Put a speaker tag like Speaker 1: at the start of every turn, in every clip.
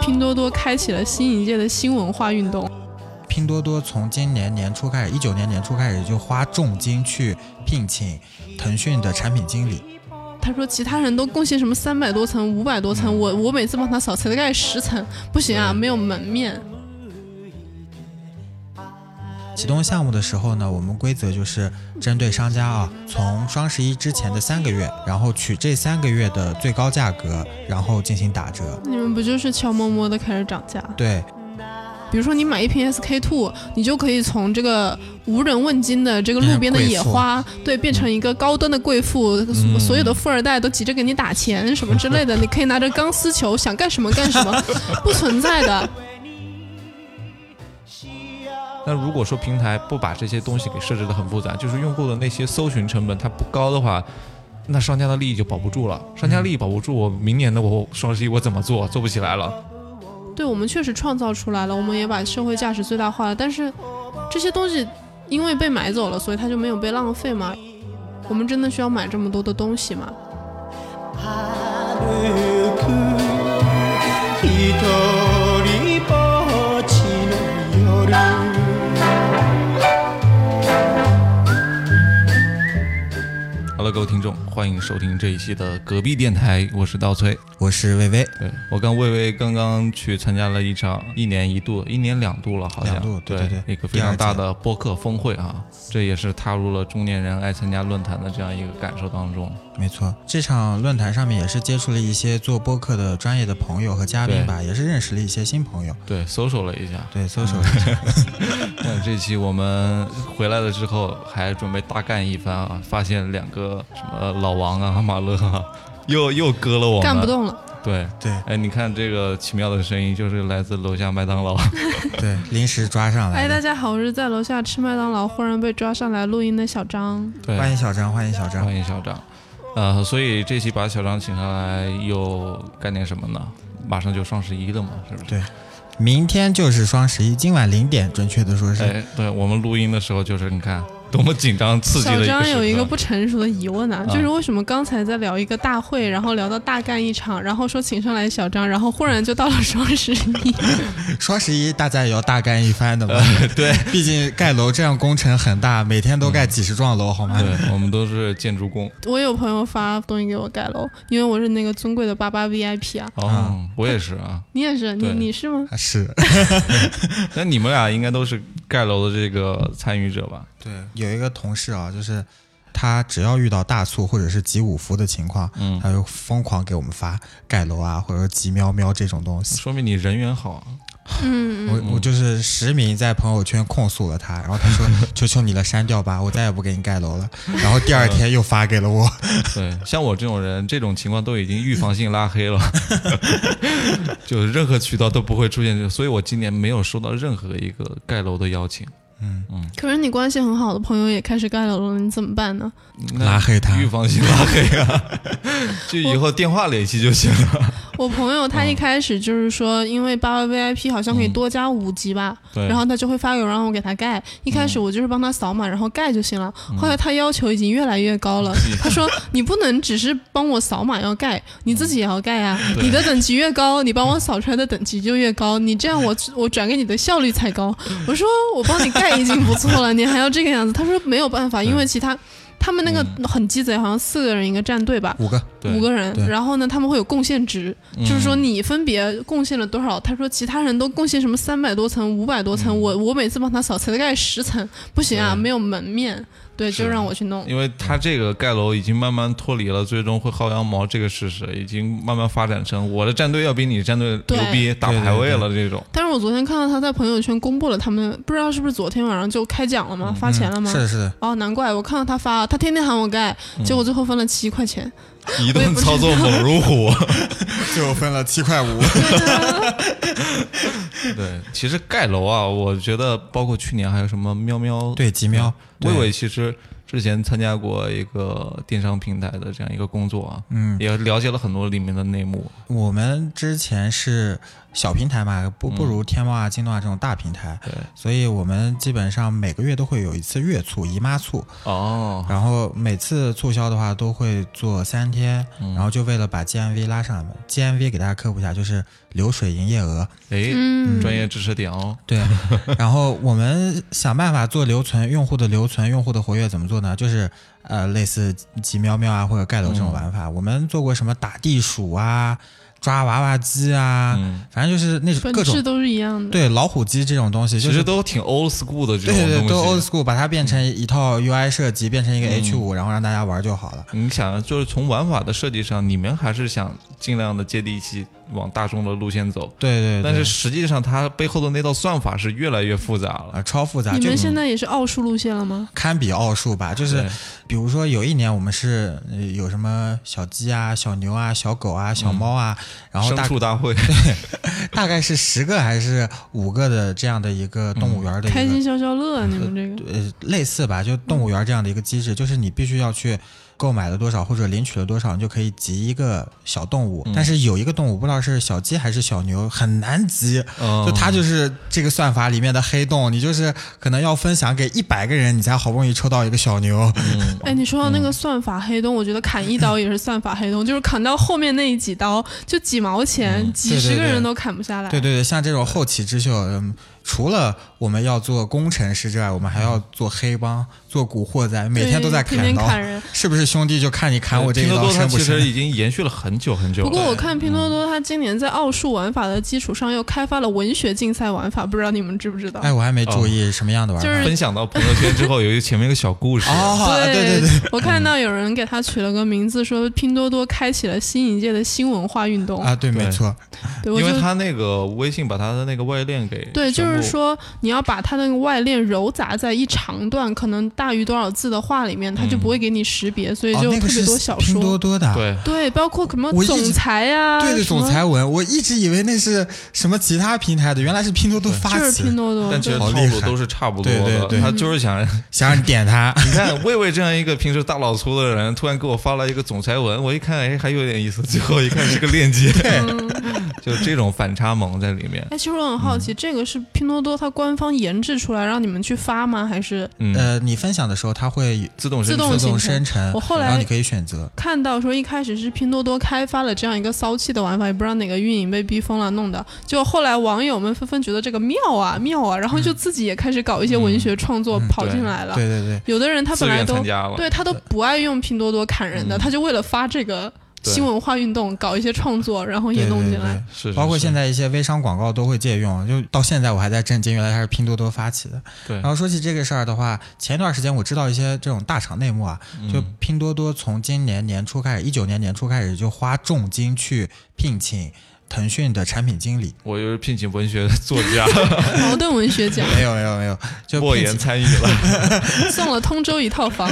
Speaker 1: 拼多多开启了新一届的新文化运动。
Speaker 2: 拼多多从今年年初开始，一九年年初开始就花重金去聘请腾讯的产品经理。
Speaker 1: 他说其他人都贡献什么三百多层、五百多层，我我每次帮他扫才大概十层，不行啊，没有门面。
Speaker 2: 启动项目的时候呢，我们规则就是针对商家啊，从双十一之前的三个月，然后取这三个月的最高价格，然后进行打折。
Speaker 1: 你们不就是悄摸摸的开始涨价？
Speaker 2: 对，
Speaker 1: 比如说你买一瓶 SK two，你就可以从这个无人问津的这个路边的野花，对，变成一个高端的贵妇，所有的富二代都急着给你打钱什么之类的，你可以拿着钢丝球想干什么干什么，不存在的。
Speaker 3: 那如果说平台不把这些东西给设置的很复杂，就是用户的那些搜寻成本它不高的话，那商家的利益就保不住了。商家利益保不住，我明年的我双十一我怎么做？做不起来了。
Speaker 1: 对，我们确实创造出来了，我们也把社会价值最大化了，但是这些东西因为被买走了，所以它就没有被浪费嘛。我们真的需要买这么多的东西吗？
Speaker 3: 好了，各位听众，欢迎收听这一期的隔壁电台，我是稻崔。
Speaker 2: 我是薇薇，
Speaker 3: 对我跟魏巍刚刚去参加了一场一年一度、一年两度了，好像
Speaker 2: 两度对
Speaker 3: 对
Speaker 2: 对对
Speaker 3: 一个非常
Speaker 2: 第二
Speaker 3: 大
Speaker 2: 届
Speaker 3: 的播客峰会啊，这也是踏入了中年人爱参加论坛的这样一个感受当中。
Speaker 2: 没错。这场论坛上面也是接触了一些做播客的专业的朋友和嘉宾吧，也是认识了一些新朋友。
Speaker 3: 对，搜索了一下，
Speaker 2: 对，搜索一下。
Speaker 3: 那这期我们回来了之后，还准备大干一番啊，发现两个什么老王啊、马乐啊，又又割了我们，
Speaker 1: 干不。动了，
Speaker 3: 对，
Speaker 2: 对
Speaker 3: 哎，你看这个奇妙的声音，就是来自楼下麦当劳。
Speaker 2: 对，临时抓上来
Speaker 1: 哎，大
Speaker 2: 的。
Speaker 1: 家好，我是在楼下吃麦当劳，忽然被抓上来录音的小张。
Speaker 3: 对，
Speaker 2: 欢迎小张，欢迎小张
Speaker 3: 欢。迎小张。呃，所以这期把小张请上来又干点什么呢？马上就双十一了嘛，是不是？
Speaker 2: 对明天就是双十一，今晚零点，准确的说是。
Speaker 3: 哎，对我们录音的时候就是你看多么紧张刺激的
Speaker 1: 小
Speaker 3: 一个
Speaker 1: 张
Speaker 3: 时
Speaker 1: 有一
Speaker 3: 刻嗯
Speaker 1: 个不成熟的疑问啊，就是为什么刚才在聊一个大会，然后聊到大干一场，然后说请上来小张，然后忽然就到了双十一，
Speaker 2: 双十一大家也要大干一番的嘛。
Speaker 3: 对，
Speaker 2: 毕竟盖楼这样工程很大，每天都盖几十幢楼，好吗？
Speaker 3: 对我们都是建筑工。
Speaker 1: 我有朋友发东西给我盖楼，因为我是那个尊贵的八八 VIP 啊，
Speaker 3: 哦，我也是啊。
Speaker 1: 你也是，你
Speaker 3: 对
Speaker 1: 你是吗？
Speaker 2: 啊是。
Speaker 3: 那你们俩应该都是盖楼的这个参与者吧？
Speaker 2: 对，有一个同事啊，就是他只要遇到大促或者是集五福的情况，
Speaker 3: 嗯
Speaker 2: 他就疯狂给我们发盖楼啊，或者说集喵喵这种东西。
Speaker 3: 说明你人缘好 啊。
Speaker 1: 嗯，
Speaker 2: 我我就是实名在朋友圈控诉了他，然后他 说：“求求你了，删掉吧，我再也不给你盖楼了。”然后第
Speaker 3: 嗯
Speaker 2: 二天又发给了我。
Speaker 3: 对，像我这种人，这种情况都已经预防性拉黑了， 就任何渠道都不会出现这个，所以我今年没有收到任何一个盖楼的邀请，
Speaker 2: 嗯
Speaker 3: 嗯
Speaker 1: 可是你关系很好的朋友也开始盖楼了，你怎么办呢？
Speaker 3: 那
Speaker 2: 拉黑他
Speaker 3: 预防性拉黑 啊，就以后电话联系就行了。
Speaker 1: 我朋友他一开始就是说，因为八八 VIP 好像可以多加五级吧，
Speaker 3: 对，嗯
Speaker 1: 然后他就会发给我让我给他盖。一开始我就是帮他扫码，然后盖就行了。后来他要求已经越来越高了，
Speaker 3: 嗯
Speaker 1: 他说你不能只是帮我扫码要盖，你自己也要盖啊。
Speaker 3: 对
Speaker 1: 你的等级越高，你帮我扫出来的等级就越高，你这样我我转给你的效率才高。我说我帮你盖已经不错 了，你还要这个样子？他说没有办法，因为其他他们那个
Speaker 3: 嗯
Speaker 1: 很鸡贼，好像四个人一个战队吧。
Speaker 2: 五个，
Speaker 3: 对
Speaker 1: 五个人
Speaker 2: 对，
Speaker 1: 然后呢，他们会有贡献值，就是说
Speaker 3: 嗯
Speaker 1: 你分别贡献了多少。他说其他人都贡献什么三百多层、五百多
Speaker 2: 嗯
Speaker 1: 层，我我每次帮他扫才大概十层，不行啊，
Speaker 3: 对
Speaker 1: 没有门面，对，
Speaker 3: 是
Speaker 1: 就让我去弄。
Speaker 3: 因为他这个盖楼已经慢慢脱离了最终会薅羊毛这个事实，已经慢慢发展成我的战队要比你战队
Speaker 1: 对
Speaker 3: 牛逼，打排位了这种。
Speaker 1: 但是我昨天看到他在朋友圈公布了他们，不知道是不是昨天晚上就开奖了吗？发钱了吗
Speaker 2: 嗯是？嗯的，是的，
Speaker 1: 哦，难怪我看到他发了，他天天喊我盖，结果最后分了七块钱。
Speaker 3: 移动操作猛如虎。
Speaker 2: 最后分了七块五。
Speaker 3: 对，其实盖楼啊，我觉得包括去年还有什么喵喵，
Speaker 2: 对，集喵，
Speaker 3: 魏
Speaker 2: 对
Speaker 3: 伟其实之前参加过一个电商平台的这样一个工作啊，
Speaker 2: 嗯，
Speaker 3: 也了解了很多里面的内幕。
Speaker 2: 我们之前是小平台嘛，不不如天猫啊、京东啊这种大平台，
Speaker 3: 嗯对，
Speaker 2: 所以我们基本上每个月都会有一次月促、姨妈促，
Speaker 3: 哦，
Speaker 2: 然后每次促销的话都会做三天，
Speaker 3: 嗯
Speaker 2: 然后就为了把 GMV 拉上来嘛。GMV 给大家科普一下，就是流水营业额。
Speaker 3: 哎，
Speaker 1: 嗯，
Speaker 3: 专业知识点哦，
Speaker 2: 对， 然后我们想办法做留存用户的留存，用户的活跃怎么做呢？就是呃，类似集喵喵啊或者盖楼这
Speaker 3: 嗯
Speaker 2: 种玩法，我们做过什么打地鼠啊、抓娃娃机啊，
Speaker 3: 嗯，
Speaker 2: 反正就是那种
Speaker 1: 本
Speaker 2: 各
Speaker 1: 质
Speaker 2: 种
Speaker 1: 都是一样的。
Speaker 2: 对老虎机这种东西，就
Speaker 3: 其
Speaker 2: 是
Speaker 3: 实都挺 old school 的这
Speaker 2: 对对
Speaker 3: 种
Speaker 2: 对，都 old
Speaker 3: 东西。啊嗯
Speaker 2: school，把它变成一套 UI 设计，变成一个 H 五、然后让大家玩就好了。
Speaker 3: 你想，就是从玩法的设计上，你们还是想尽量的接地气，往大众的路线走。
Speaker 2: 对对对，
Speaker 3: 但是实际上，它背后的那套算法是越来越复杂了。
Speaker 2: 啊，超复杂，
Speaker 1: 你
Speaker 2: 就
Speaker 1: 们现在也是奥数路线了吗？
Speaker 2: 堪比奥数吧。就是
Speaker 3: 对
Speaker 2: 比如说有一年我们是呃有什么小鸡啊、小牛啊、小狗啊、小猫啊，然后
Speaker 3: 牲
Speaker 2: 大
Speaker 3: 畜 大会，
Speaker 2: 大概是十个还是五个的这样的一个动物园的一
Speaker 1: 开心
Speaker 2: 个、
Speaker 1: 消消乐，啊你们这个
Speaker 2: 呃类似吧，就动物园这样的一个机制，就是你必须要去。购买了多少或者领取了多少，你就可以集一个小动物。但是有一个动物不知道是小鸡还是小牛，很难集。
Speaker 3: 嗯
Speaker 2: 就它就是这个算法里面的黑洞，你就是可能要分享给一百个人，你才好不容易抽到一个小牛。
Speaker 3: 嗯
Speaker 1: 哎，你说到那个
Speaker 2: 嗯
Speaker 1: 算法黑洞，我觉得砍一刀也是算法黑洞，就是砍到后面那几刀，就几毛钱，几十
Speaker 2: 嗯对
Speaker 1: 个
Speaker 2: 对
Speaker 1: 人都砍不下来。
Speaker 2: 对对对，像这种后起之秀，嗯，除了我们要做工程师之外，我们还要做黑帮、做古惑仔，每天都在
Speaker 1: 对天
Speaker 2: 砍
Speaker 1: 天
Speaker 2: 刀，
Speaker 1: 砍人。
Speaker 2: 是不是兄弟就看你砍我这一
Speaker 3: 拼多
Speaker 2: 刀
Speaker 3: 多它
Speaker 2: 深不
Speaker 3: 其实
Speaker 2: 深？
Speaker 3: 已经延续了很久很久了。
Speaker 1: 不过我看拼
Speaker 2: 嗯
Speaker 1: 多多，它今年在奥数玩法的基础上又开发了文学竞赛玩法，不知道你们知不知道？
Speaker 2: 哎，我还没注意什么样的玩法。
Speaker 1: 就是
Speaker 3: 分享到朋友圈之后，有一前面一个小故事。
Speaker 2: 哦，对
Speaker 1: 对
Speaker 2: 对对，嗯
Speaker 1: 我看到有人给它取了个名字，说拼多多开启了新一届的新文化运动。
Speaker 2: 啊，对，
Speaker 3: 对
Speaker 2: 没错，
Speaker 1: 对，我
Speaker 3: 因
Speaker 1: 就
Speaker 3: 为他那个微信把他的那个外链给
Speaker 1: 对，就
Speaker 3: 全
Speaker 1: 是
Speaker 3: 部
Speaker 1: 说你要把它那个外链揉杂在一长段可能大于多少字的话里面，它就不会给你识别，所以
Speaker 2: 哦
Speaker 1: 就，
Speaker 2: 那
Speaker 1: 特
Speaker 2: 个
Speaker 1: 别
Speaker 2: 是
Speaker 1: 多小
Speaker 2: 拼
Speaker 1: 说。
Speaker 2: 多多的啊，
Speaker 3: 对
Speaker 1: 对，包括什么
Speaker 2: 我一直
Speaker 1: 总裁呀、
Speaker 2: 对对，
Speaker 1: 什么
Speaker 2: 总裁文，我一直以为那是什么其他平台的，原来是拼多多发
Speaker 1: 就是
Speaker 2: 起
Speaker 1: 拼，多多，
Speaker 3: 但其实
Speaker 1: 对
Speaker 2: 好
Speaker 3: 套
Speaker 2: 厉
Speaker 3: 路
Speaker 2: 害
Speaker 3: 都是差不多
Speaker 2: 对对
Speaker 3: 的，
Speaker 2: 对
Speaker 3: 他就是想，你
Speaker 2: 想让你点它。
Speaker 3: 看魏魏这样一个平时大老粗的人，突然给我发了一个总裁文，我一看，哎，还有点意思，最后一看是个链接， 就这种反差萌在里面。
Speaker 1: 哎，其实我很好
Speaker 2: 嗯
Speaker 1: 奇，这个是拼多多它官方研制出来让你们去发吗？还是
Speaker 3: 嗯，
Speaker 2: 呃，你分享的时候，它会
Speaker 3: 自动
Speaker 1: 自
Speaker 3: 生
Speaker 1: 动
Speaker 3: 成
Speaker 2: 自动
Speaker 1: 形
Speaker 2: 生成，
Speaker 1: 我后来
Speaker 2: 然后你可以选择。
Speaker 1: 看到说一开始是拼多多开发了这样一个骚气的玩法，也不知道哪个运营被逼疯了弄的。就后来网友们纷纷觉得这个妙啊妙啊，然后就自己也开始搞一些文学创作跑进来了。
Speaker 2: 嗯对对对，
Speaker 1: 有的人他
Speaker 3: 自
Speaker 1: 本来
Speaker 3: 愿
Speaker 1: 都
Speaker 3: 参加了，
Speaker 1: 对他都不爱用拼多多砍人的，
Speaker 3: 嗯
Speaker 1: 他就为了发这个
Speaker 3: 对
Speaker 1: 新文化运动搞一些创作，然后
Speaker 2: 对
Speaker 1: 也弄
Speaker 2: 对
Speaker 1: 进
Speaker 2: 对
Speaker 1: 来。
Speaker 3: 是
Speaker 2: 包括现
Speaker 3: 在
Speaker 2: 在一些微商广告都会借用，就到现在我还在震惊，原来它是拼多多发起的。
Speaker 3: 对
Speaker 2: 然后说起这个事儿的话，前一段时间我知道一些这种大厂内幕啊，
Speaker 3: 嗯
Speaker 2: 就拼多多从今年年初开始，一九年年初开始就花重金去聘请腾讯的产品经理。
Speaker 3: 我又是聘请文学作家
Speaker 1: 矛盾文学奖
Speaker 2: 没有没有没有， 就
Speaker 3: 莫
Speaker 2: 聘
Speaker 3: 言
Speaker 2: 请
Speaker 3: 参与了，
Speaker 1: 送了通州一套 房，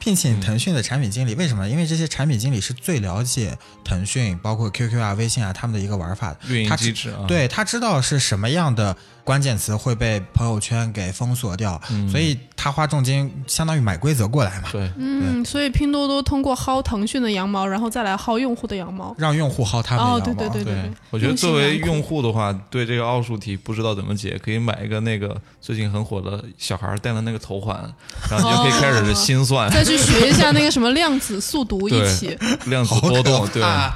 Speaker 2: 聘请腾讯的产品经理，为什么？因为这些产品经理是最了解腾讯，包括 QQ 啊、微信啊他们的一个玩法的。
Speaker 3: 运营
Speaker 2: 他
Speaker 3: 机
Speaker 2: 只
Speaker 3: 制啊，
Speaker 2: 对他知道是什么样的关键词会被朋友圈给封锁掉，所以他花重金，相当于买规则过来嘛，
Speaker 3: 嗯对，
Speaker 1: 嗯，所以拼多多通过薅腾讯的羊毛，然后再来薅用户的羊毛。
Speaker 2: 让用户薅他们的
Speaker 1: 哦，
Speaker 2: 羊毛。啊
Speaker 1: 对对对对，
Speaker 3: 我觉得
Speaker 1: 用心
Speaker 3: 作为
Speaker 1: 良苦
Speaker 3: 用户的话，对这个奥数题不知道怎么解，可以买一个那个最近很火的小孩戴的那个头环，然后你就可以开始 心算、
Speaker 1: 再去学一下那个什么量子速 读一起，
Speaker 3: 量子
Speaker 2: 好啊
Speaker 3: 波
Speaker 2: 可
Speaker 3: 动，对，
Speaker 2: 怕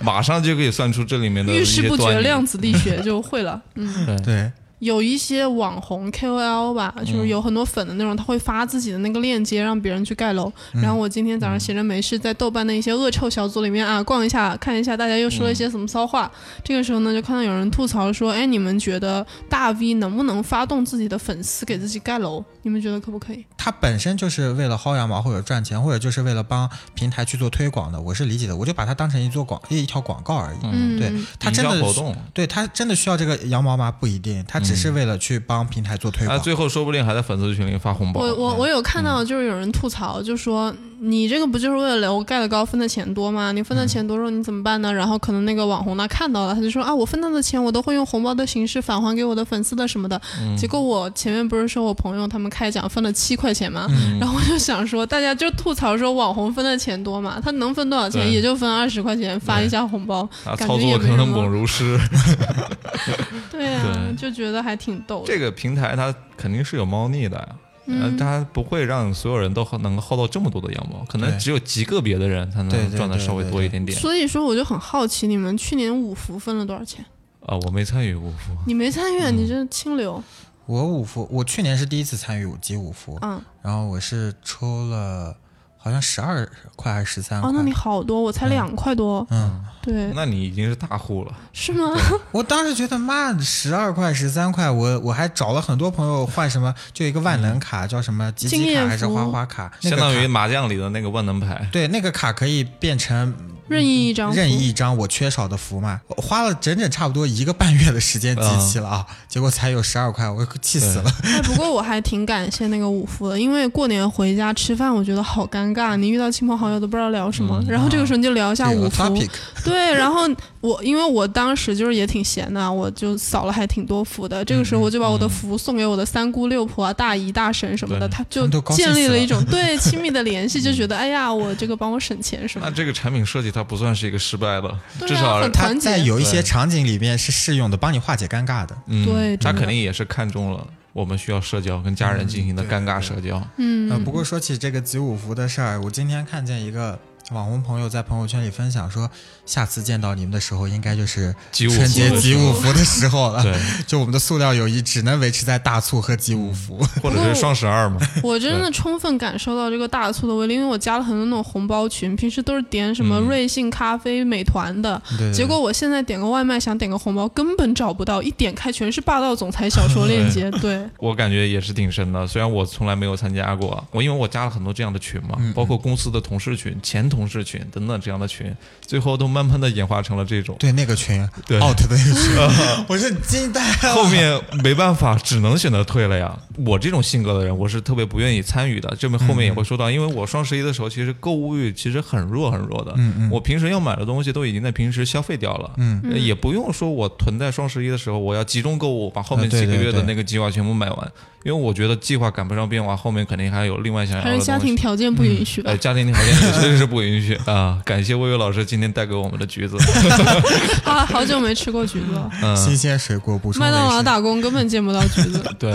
Speaker 3: 马上就可以算出这里面的
Speaker 1: 遇
Speaker 3: 一
Speaker 1: 事
Speaker 3: 些
Speaker 1: 不决
Speaker 3: 端倪。
Speaker 1: 量子力 学就会了。嗯，
Speaker 3: 对
Speaker 2: 对
Speaker 1: 有一些网红 KOL 吧，就是有很多粉的那种，他会发自己的那个链接让别人去盖楼。然后我今天早上闲着没事，在豆瓣的一些恶臭小组里面啊逛一下，看一下大家又说了一些什么骚话。这个时候呢，就看到有人吐槽说：“哎，你们觉得大 V 能不能发动自己的粉丝给自己盖楼？你们觉得可不可以？”
Speaker 2: 他本身就是为了薅羊毛或者赚钱，或者就是为了帮平台去做推广的，我是理解的，我就把它当成一做广一条广告而已。
Speaker 1: 嗯，
Speaker 2: 对他真
Speaker 3: 营销
Speaker 2: 的
Speaker 3: 活动，嗯
Speaker 2: 对他真的需要这个羊毛吗？不一定，他只是为了去帮平台做推
Speaker 3: 啊，
Speaker 2: 广。
Speaker 3: 最后说不定还在粉丝群里发红包。
Speaker 1: 我我我有看
Speaker 3: 嗯
Speaker 1: 到，就是有人吐槽，就说你这个不就是为了留盖的高分的钱多吗？你
Speaker 3: 嗯
Speaker 1: 分的钱多之后你怎么办呢？然后可能那个网红呢看到了，他就说啊，我分到的钱我都会用红包的形式返还给我的粉丝的什么的。
Speaker 3: 嗯
Speaker 1: 结果我前面不是说我朋友他们开奖分了七块钱吗？
Speaker 3: 嗯
Speaker 1: 然后我就想说，大家就吐槽说网红分的钱多嘛，他能分多少钱
Speaker 3: 对
Speaker 1: 也就分二十块钱发一下红包，
Speaker 3: 啊，
Speaker 1: 感
Speaker 3: 操
Speaker 1: 觉也没
Speaker 3: 作可
Speaker 1: 什
Speaker 3: 能猛
Speaker 1: 么。
Speaker 3: 如狮。
Speaker 1: 对啊
Speaker 3: 对，
Speaker 1: 就觉得还挺逗的。
Speaker 3: 这个平台它肯定是有猫腻的呀，
Speaker 1: 嗯
Speaker 3: 呃，它不会让所有人都能够薅到这么多的羊毛，可能
Speaker 2: 对
Speaker 3: 只有极个别的人才
Speaker 2: 对
Speaker 3: 能
Speaker 2: 对
Speaker 3: 赚的
Speaker 2: 对
Speaker 3: 稍微
Speaker 2: 对
Speaker 3: 多
Speaker 2: 对
Speaker 3: 一点点。
Speaker 1: 所以说，我就很好奇，你们去年五福分了多少钱？
Speaker 3: 啊，我没参与过，
Speaker 1: 你没参与，啊
Speaker 3: 嗯
Speaker 1: 你这清流。
Speaker 2: 我五福，我去年是第一次参与五级五福，
Speaker 1: 嗯，
Speaker 2: 然后我是抽了好像十二块还是十三块。
Speaker 1: 哦，那你好多，我才两块多。
Speaker 2: 嗯，
Speaker 1: 对，
Speaker 3: 那你已经是大户了。
Speaker 1: 是吗？
Speaker 2: 我当时觉得妈十二块十三块，我我还找了很多朋友换什么，就一个万能卡，叫什么集
Speaker 1: 经
Speaker 2: 集
Speaker 1: 验
Speaker 2: 卡还是
Speaker 1: 服
Speaker 2: 花花卡，
Speaker 1: 嗯
Speaker 2: 那
Speaker 3: 相
Speaker 2: 个
Speaker 3: 当
Speaker 2: 卡
Speaker 3: 于麻将里的那个万能牌。
Speaker 2: 对那个卡可以变成
Speaker 1: 任意一张符，
Speaker 2: 任意一张我缺少的符嘛，我花了整整差不多一个半月的时间集齐了
Speaker 3: 嗯
Speaker 2: 啊，结果才有十二块，我气死了。
Speaker 1: 哎，不过我还挺感谢那个五福的，因为过年回家吃饭，我觉得好尴尬，你遇到亲朋好友都不知道聊什么，然后这个时候你就聊一下
Speaker 2: 这
Speaker 1: 五
Speaker 2: 个
Speaker 1: 福。
Speaker 2: 嗯 topic，
Speaker 1: 对，然后我因为我当时就是也挺闲的，我就扫了还挺多福的。这个
Speaker 2: 嗯
Speaker 1: 时候我就把我的福送给我的三姑六婆啊、大姨大婶什么的，
Speaker 3: 对
Speaker 1: 他
Speaker 2: 他
Speaker 1: 就
Speaker 2: 们都高兴
Speaker 1: 建立
Speaker 2: 死
Speaker 1: 了
Speaker 2: 了嗯
Speaker 1: 一 种对亲密的联系，就觉得哎呀，我这个帮我省钱什么
Speaker 3: 那
Speaker 1: 的。
Speaker 3: 这个产品设计它不算是一个失败的，
Speaker 1: 对啊
Speaker 3: 至少
Speaker 1: 很
Speaker 2: 它
Speaker 1: 团结
Speaker 2: 在有一些
Speaker 3: 对
Speaker 2: 场景里面是适用的，帮你化解尴尬的。
Speaker 3: 嗯，
Speaker 1: 对
Speaker 3: 它
Speaker 1: 真的
Speaker 3: 肯定也是看中了我们需要社交，跟家人进行的
Speaker 2: 嗯对
Speaker 3: 尴尬社交。
Speaker 1: 嗯，
Speaker 2: 呃，不过说起这个集五福的事儿，我今天看见一个网红朋友在朋友圈里分享说，下次见到你们的时候，应该就是
Speaker 3: 集五
Speaker 2: 春
Speaker 3: 福
Speaker 2: 节
Speaker 3: 的
Speaker 2: 集
Speaker 3: 时候
Speaker 2: 五福的时候了。
Speaker 3: 对，
Speaker 2: 就我们的塑料友谊只能维持在大促和集五福。
Speaker 3: 或者是双十二 嘛，
Speaker 1: 我真的充分感受到这个大促的威力，因为我加了很多那种红包群，平时都是点什么
Speaker 3: 嗯
Speaker 1: 瑞幸咖啡、美团的，
Speaker 2: 对对对
Speaker 1: 嗯结果我现在点个外卖，想点个红包，根本找不到，一点开全是霸道总裁小说链接，对，
Speaker 3: 我感觉也是挺深的。虽然我从来没有参加过，我因为我加了很多这样的群
Speaker 2: 嗯
Speaker 3: 嘛，包括公司的同事群、前同事群等等这样的群，最后都慢慢的演化成了这种。
Speaker 2: 对那个群
Speaker 3: 对嗯
Speaker 2: out 的那个群， 我是惊呆了。
Speaker 3: 后面没办法，只能选择退了呀。我这种性格的人，我是特别不愿意参与的。这边后面也会说到，因为我双十一的时候，其实购物欲其实很弱很弱的。
Speaker 2: 嗯嗯
Speaker 3: 我平时要买的东西都已经在平时消费掉了，
Speaker 2: 嗯
Speaker 3: 呃也不用说我囤在双十一的时候，我要集中购物，把后面
Speaker 2: 啊对
Speaker 3: 几个
Speaker 2: 对
Speaker 3: 月的
Speaker 2: 对
Speaker 3: 那个计划全部买完。因为我觉得计划赶不上变化，后面肯定还有另外想要的
Speaker 1: 还
Speaker 3: 东
Speaker 1: 是
Speaker 3: 西。
Speaker 1: 家庭条件不允许吧
Speaker 3: 呃，。家哎庭条件确 实是不允许啊！感谢薇薇老师今天带给我们的橘子，
Speaker 1: 啊，好久没吃过橘子了，
Speaker 3: 嗯，
Speaker 2: 新鲜水果补充
Speaker 1: 麦当劳
Speaker 2: 维生
Speaker 1: 打工根本见不到橘子。
Speaker 3: 对，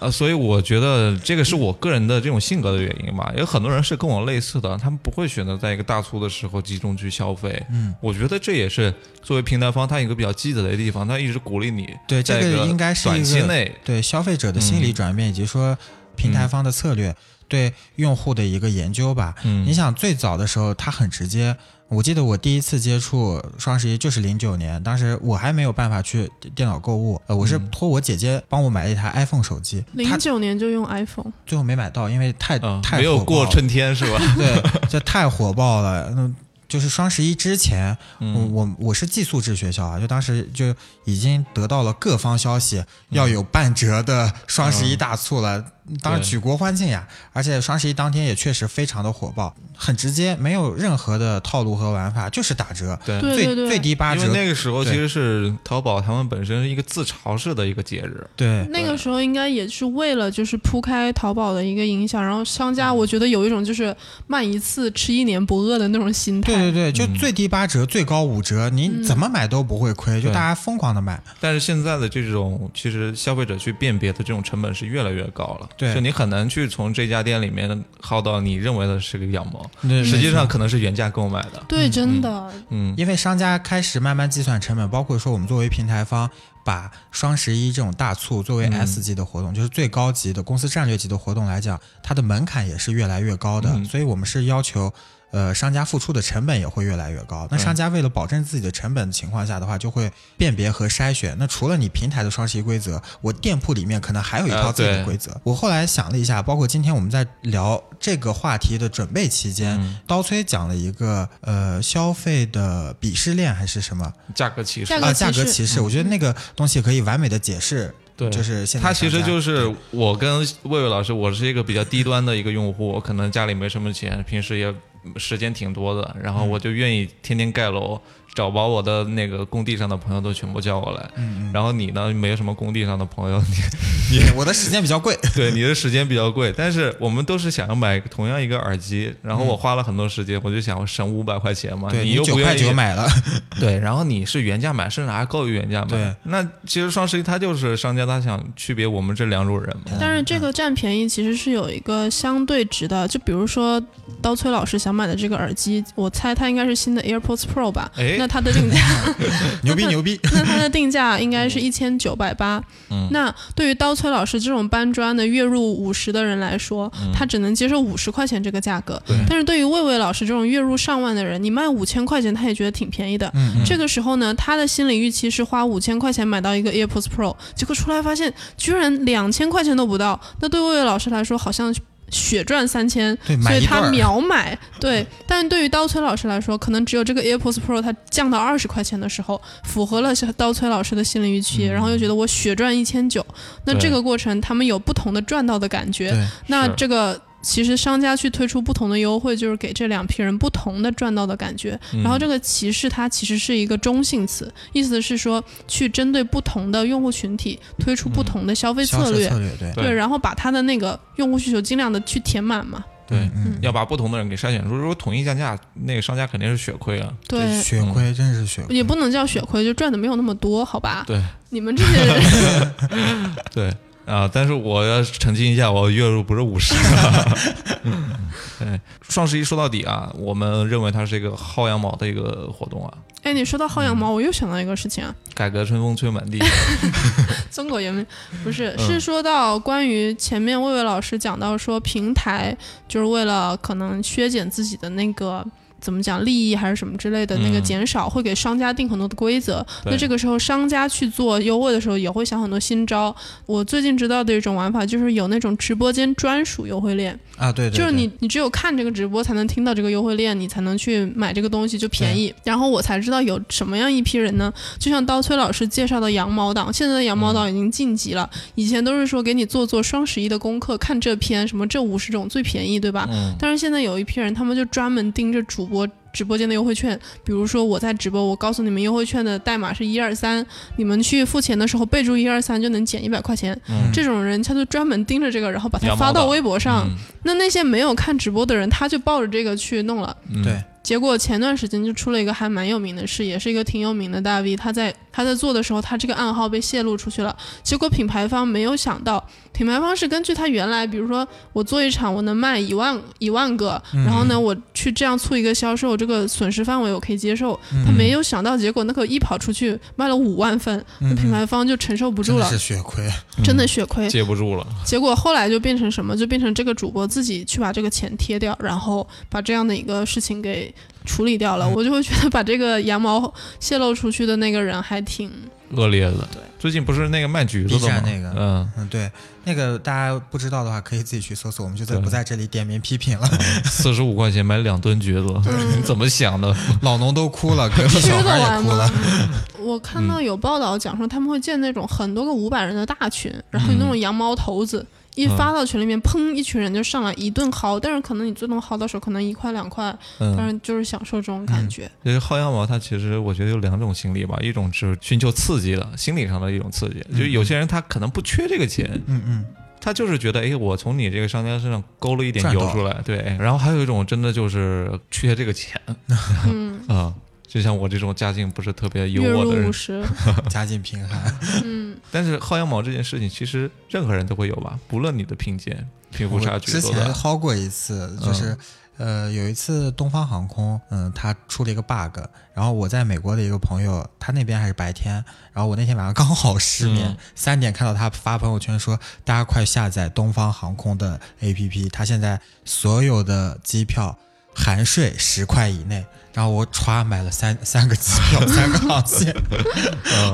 Speaker 3: 呃，所以我觉得这个是我个人的这种性格的原因吧。有很多人是跟我类似的，他们不会选择在一个大促的时候集中去消费。嗯，我觉得这也是作为平台方，他有一个比较积极的地方，他一直鼓励你
Speaker 2: 对这
Speaker 3: 在
Speaker 2: 个
Speaker 3: 一个
Speaker 2: 应该是一
Speaker 3: 短
Speaker 2: 个
Speaker 3: 期内嗯
Speaker 2: 对消费者的心理转变，以及说平台方的策略对用户的一个研究吧。
Speaker 3: 嗯
Speaker 2: 你想最早的时候，它很直接。我记得我第一次接触双十一就是零九年，当时我还没有办法去电脑购物，呃，我
Speaker 3: 嗯
Speaker 2: 是托我姐姐帮我买了一台 iPhone 手机，
Speaker 1: 零
Speaker 2: 她
Speaker 1: 九年就用 iPhone，
Speaker 2: 最后没买到，因为太、
Speaker 3: 啊、
Speaker 2: 太
Speaker 3: 没
Speaker 2: 火
Speaker 3: 有
Speaker 2: 爆
Speaker 3: 过
Speaker 2: 了
Speaker 3: 春天是吧？
Speaker 2: 对，这太火爆了。那就是双十一之前，我
Speaker 3: 嗯，
Speaker 2: 我我是寄宿制学校啊，就当时就已经得到了各方消息，要
Speaker 3: 嗯
Speaker 2: 有半折的双十一大促了，当时举国欢庆呀。而且双十一当天也确实非常的火爆，很直接，没有任何的套路和玩法，就是打折，
Speaker 3: 对。
Speaker 1: 对
Speaker 2: 最最低八
Speaker 3: 因为
Speaker 2: 折。
Speaker 3: 那个时候其实是淘宝他们本身是一个自嘲式的一个节日，
Speaker 2: 哎对，啊
Speaker 1: 那个时候应该也是为了就是铺开淘宝的一个影响，然后商家我觉得有一种就是卖一次吃一年不饿的那种心态。
Speaker 2: 对对对，
Speaker 3: 嗯
Speaker 2: 就最低八折，最高五折，你
Speaker 1: 嗯
Speaker 2: 怎么买都不会亏，就
Speaker 3: 对
Speaker 2: 大家疯狂的买。
Speaker 3: 但是现在的这种，其实消费者去辨别的这种成本是越来越高了。
Speaker 2: 对
Speaker 3: 就你很难去从这家店里面薅到你认为的是个羊毛，
Speaker 2: 对
Speaker 3: 实际上可能是原价购买的。
Speaker 1: 对真的，
Speaker 3: 嗯，
Speaker 2: 因为商家开始慢慢计算成本，包括说我们作为平台方，把双十一这种大促作
Speaker 3: 嗯
Speaker 2: 为 S 级的活动，就是最高级的公司战略级的活动来讲，它的门槛也是越来越高的，
Speaker 3: 嗯
Speaker 2: 所以我们是要求。呃，商家付出的成本也会越来越高。那
Speaker 3: 对
Speaker 2: 商家为了保证自己的成本的情况下的话，就会辨别和筛选。那除了你平台的双十一规则，我店铺里面可能还有一套
Speaker 3: 啊
Speaker 2: 自己的
Speaker 3: 对
Speaker 2: 规则。我后来想了一下，包括今天我们在聊这个话题的准备期间，
Speaker 3: 嗯
Speaker 2: 刀崔讲了一个呃消费的鄙视链还是什么
Speaker 3: 价格歧视
Speaker 1: 价格
Speaker 2: 啊价
Speaker 1: 歧视
Speaker 2: 格
Speaker 1: 嗯
Speaker 2: 歧视，我觉得那个东西可以完美的解释
Speaker 3: 对，
Speaker 2: 就是现在
Speaker 3: 它其实
Speaker 2: 商家
Speaker 3: 就是我跟魏魏老师，我是一个比较低端的一个用户，我可能家里没什么钱，平时也时间挺多的，然后
Speaker 2: 嗯
Speaker 3: 我就愿意天天盖楼，找把我的那个工地上的朋友都全部叫过来。
Speaker 2: 嗯
Speaker 3: 然后你呢，没有什么工地上的朋友，
Speaker 2: 对我的时间比较 贵，
Speaker 3: 对，你的时间比较贵，但是我们都是想要买同样一个耳机，然后我花了很多时间，我就想我省五百块钱嘛，
Speaker 2: 对
Speaker 3: 又
Speaker 2: 九
Speaker 3: 不
Speaker 2: 块
Speaker 3: 愿
Speaker 2: 九
Speaker 3: 意，
Speaker 2: 买了，
Speaker 3: 对，然后你是原价买，甚至还高于原价买，
Speaker 2: 对，
Speaker 3: 那其实双十一它就是商家他想区别我们这两种人
Speaker 2: 嗯
Speaker 3: 嘛，
Speaker 1: 但是这个占便宜其实是有一个相对值的，就比如说刀崔老师想买的这个耳机，我猜它应该是新的 AirPods Pro 吧？
Speaker 3: 哎
Speaker 1: 那它的定价，
Speaker 2: 牛逼牛逼，
Speaker 1: 那它的定价应该是一千九百八。
Speaker 3: 嗯
Speaker 1: 那对于刀崔老师这种搬砖的月入五十的人来说，他只能接受五十块钱这个价格。
Speaker 3: 嗯对
Speaker 1: 但是对于魏魏老师这种月入上万的人，你卖五千块钱，他也觉得挺便宜的。
Speaker 2: 嗯嗯
Speaker 1: 这个时候呢，他的心理预期是花五千块钱买到一个 AirPods Pro，结果出来发现居然两千块钱都不到。那对魏魏老师来说，好像血赚三千，
Speaker 2: 对，
Speaker 1: 所以
Speaker 2: 买一对
Speaker 1: 他
Speaker 2: 儿，
Speaker 1: 秒买。对，但对于刀崔老师来说，可能只有这个 AirPods Pro 它降到二十块钱的时候，符合了刀崔老师的心理预期，
Speaker 2: 嗯
Speaker 1: 然后又觉得我血赚一千九。那
Speaker 3: 对
Speaker 1: 这个过程，他们有不同的赚到的感觉。
Speaker 2: 对，
Speaker 1: 那
Speaker 3: 是
Speaker 1: 这个。其实商家去推出不同的优惠，就是给这两批人不同的赚到的感觉。
Speaker 3: 嗯
Speaker 1: 然后这个歧视它其实是一个中性词，意思是说去针对不同的用户群体推出不同的消费
Speaker 2: 销
Speaker 1: 策
Speaker 2: 售
Speaker 1: 略，
Speaker 2: 嗯策略对
Speaker 3: 对
Speaker 1: 对，然后把它的那个用户需求尽量的去填满嘛。
Speaker 3: 对
Speaker 2: 嗯，
Speaker 3: 要把不同的人给筛选出，如果统一降价，那个商家肯定是血亏啊，
Speaker 1: 对，
Speaker 2: 血亏
Speaker 1: 嗯
Speaker 2: 真是血亏，
Speaker 1: 也不能叫血亏，就赚的没有那么多，好吧？
Speaker 3: 对
Speaker 1: 你们这些人，
Speaker 3: 对啊、但是我要澄清一下，我月入不是五 十。 对，双十一说到底啊，我们认为它是一个薅羊毛的一个活动啊，
Speaker 1: 哎，你说到薅羊毛，我又想到一个事情啊，
Speaker 3: 改革春风吹满 地。
Speaker 1: 曾狗也没不是，
Speaker 3: 嗯
Speaker 1: 是说到关于前面魏魏老师讲到说，平台就是为了可能削减自己的那个。怎么讲利益还是什么之类的那个
Speaker 3: 嗯
Speaker 1: 减少，会给商家定很多的规则。那
Speaker 3: 对
Speaker 1: 这个时候商家去做优惠的时候，也会想很多新招。我最近知道的一种玩法，就是有那种直播间专属优惠链，
Speaker 2: 啊，对对，
Speaker 1: 就是
Speaker 2: 对
Speaker 1: 你，你只有看这个直播才能听到这个优惠链，你才能去买这个东西，就便宜。然后我才知道有什么样一批人呢？就像刀崔老师介绍的羊毛党，现在的羊毛党已经晋级了，以前都是说给你做做双十一的功课，看这篇什么这五十种最便宜，对吧？
Speaker 3: 嗯，
Speaker 1: 但是现在有一批人，他们就专门盯着主播直播间的优惠券，比如说我在直播，我告诉你们优惠券的代码是一二三，你们去付钱的时候备注一二三就能减一百块钱。
Speaker 3: 嗯
Speaker 1: 这种人他就专门盯着这个，然后把它
Speaker 3: 羊毛
Speaker 1: 发到
Speaker 3: 党
Speaker 1: 微博上。
Speaker 3: 嗯
Speaker 1: 那那些没有看直播的人，他就抱着这个去弄了。
Speaker 3: 嗯
Speaker 2: 对
Speaker 1: 结果前段时间就出了一个还蛮有名的事，也是一个挺有名的大 V，他在他在做的时候，他这个暗号被泄露出去了。结果品牌方没有想到，品牌方是根据他原来，比如说我做一场我能卖一万一万个，
Speaker 2: 嗯
Speaker 1: 然后呢我去这样促一个销售，这个损失范围我可以接受。
Speaker 2: 嗯
Speaker 1: 他没有想到，结果那个一跑出去卖了五万份，那品牌方就承受不住
Speaker 2: 嗯真的
Speaker 1: 了
Speaker 2: 是，嗯血亏，
Speaker 1: 真的血亏。
Speaker 3: 嗯接不住了。
Speaker 1: 结果后来就变成什么？就变成这个主播自己去把这个钱贴掉，然后把这样的一个事情给处理
Speaker 2: 嗯
Speaker 1: 掉了。我就会觉得把这个羊毛泄露出去的那个人还挺……
Speaker 3: 恶劣的。最近不是那个卖橘子
Speaker 2: B
Speaker 3: 的吗
Speaker 2: 站？那个
Speaker 3: 嗯，
Speaker 2: 嗯，对，那个大家不知道的话，可以自己去搜索，我们就在
Speaker 3: 对
Speaker 2: 不在这里点名批评了。
Speaker 3: 四十五块钱买两吨橘子，你 怎么想的？
Speaker 2: 老农都哭了，隔壁
Speaker 1: 吃
Speaker 2: 小
Speaker 1: 得
Speaker 2: 孩也
Speaker 1: 完
Speaker 2: 哭
Speaker 1: 吗
Speaker 2: 了。？
Speaker 1: 我看到有报道讲说他们会建那种很多个五百人的大群，然后有那种羊毛头
Speaker 2: 嗯
Speaker 1: 子。一发到群里面，砰！一群人就上来一顿薅，但是可能你最终薅到手可能一块两块，但
Speaker 3: 嗯，
Speaker 1: 是就是享受这种感觉。
Speaker 3: 这个薅羊毛，它其实我觉得有两种心理吧，一种是寻求刺激的，心理上的一种刺激，就是有些人他可能不缺这个钱，
Speaker 2: 嗯嗯，
Speaker 3: 他就是觉得，哎，我从你这个商家身上勾了一点
Speaker 2: 赚到
Speaker 3: 油出来，对。然后还有一种真的就是缺这个钱
Speaker 1: 嗯，
Speaker 3: 啊、就像我这种家境不是特别优
Speaker 1: 月
Speaker 3: 渥的
Speaker 1: 入
Speaker 3: 人
Speaker 1: 五，十，
Speaker 2: 家境贫 寒，
Speaker 1: 嗯，
Speaker 3: 但是薅羊毛这件事情，其实任何人都会有吧，不论你的贫贱、贫富差
Speaker 2: 我
Speaker 3: 距
Speaker 2: 之
Speaker 3: 多
Speaker 2: 前
Speaker 3: 大。
Speaker 2: 薅过一次，就是。
Speaker 3: 嗯
Speaker 2: 呃，有一次东方航空，嗯，它出了一个 bug，然后我在美国的一个朋友，他那边还是白天，然后我那天晚上刚好失眠
Speaker 3: 嗯，
Speaker 2: 三、点看到他发朋友圈说，大家快下载东方航空的 APP，它现在所有的机票含税十块以内，然后我歘买了三三个机票，三个航线。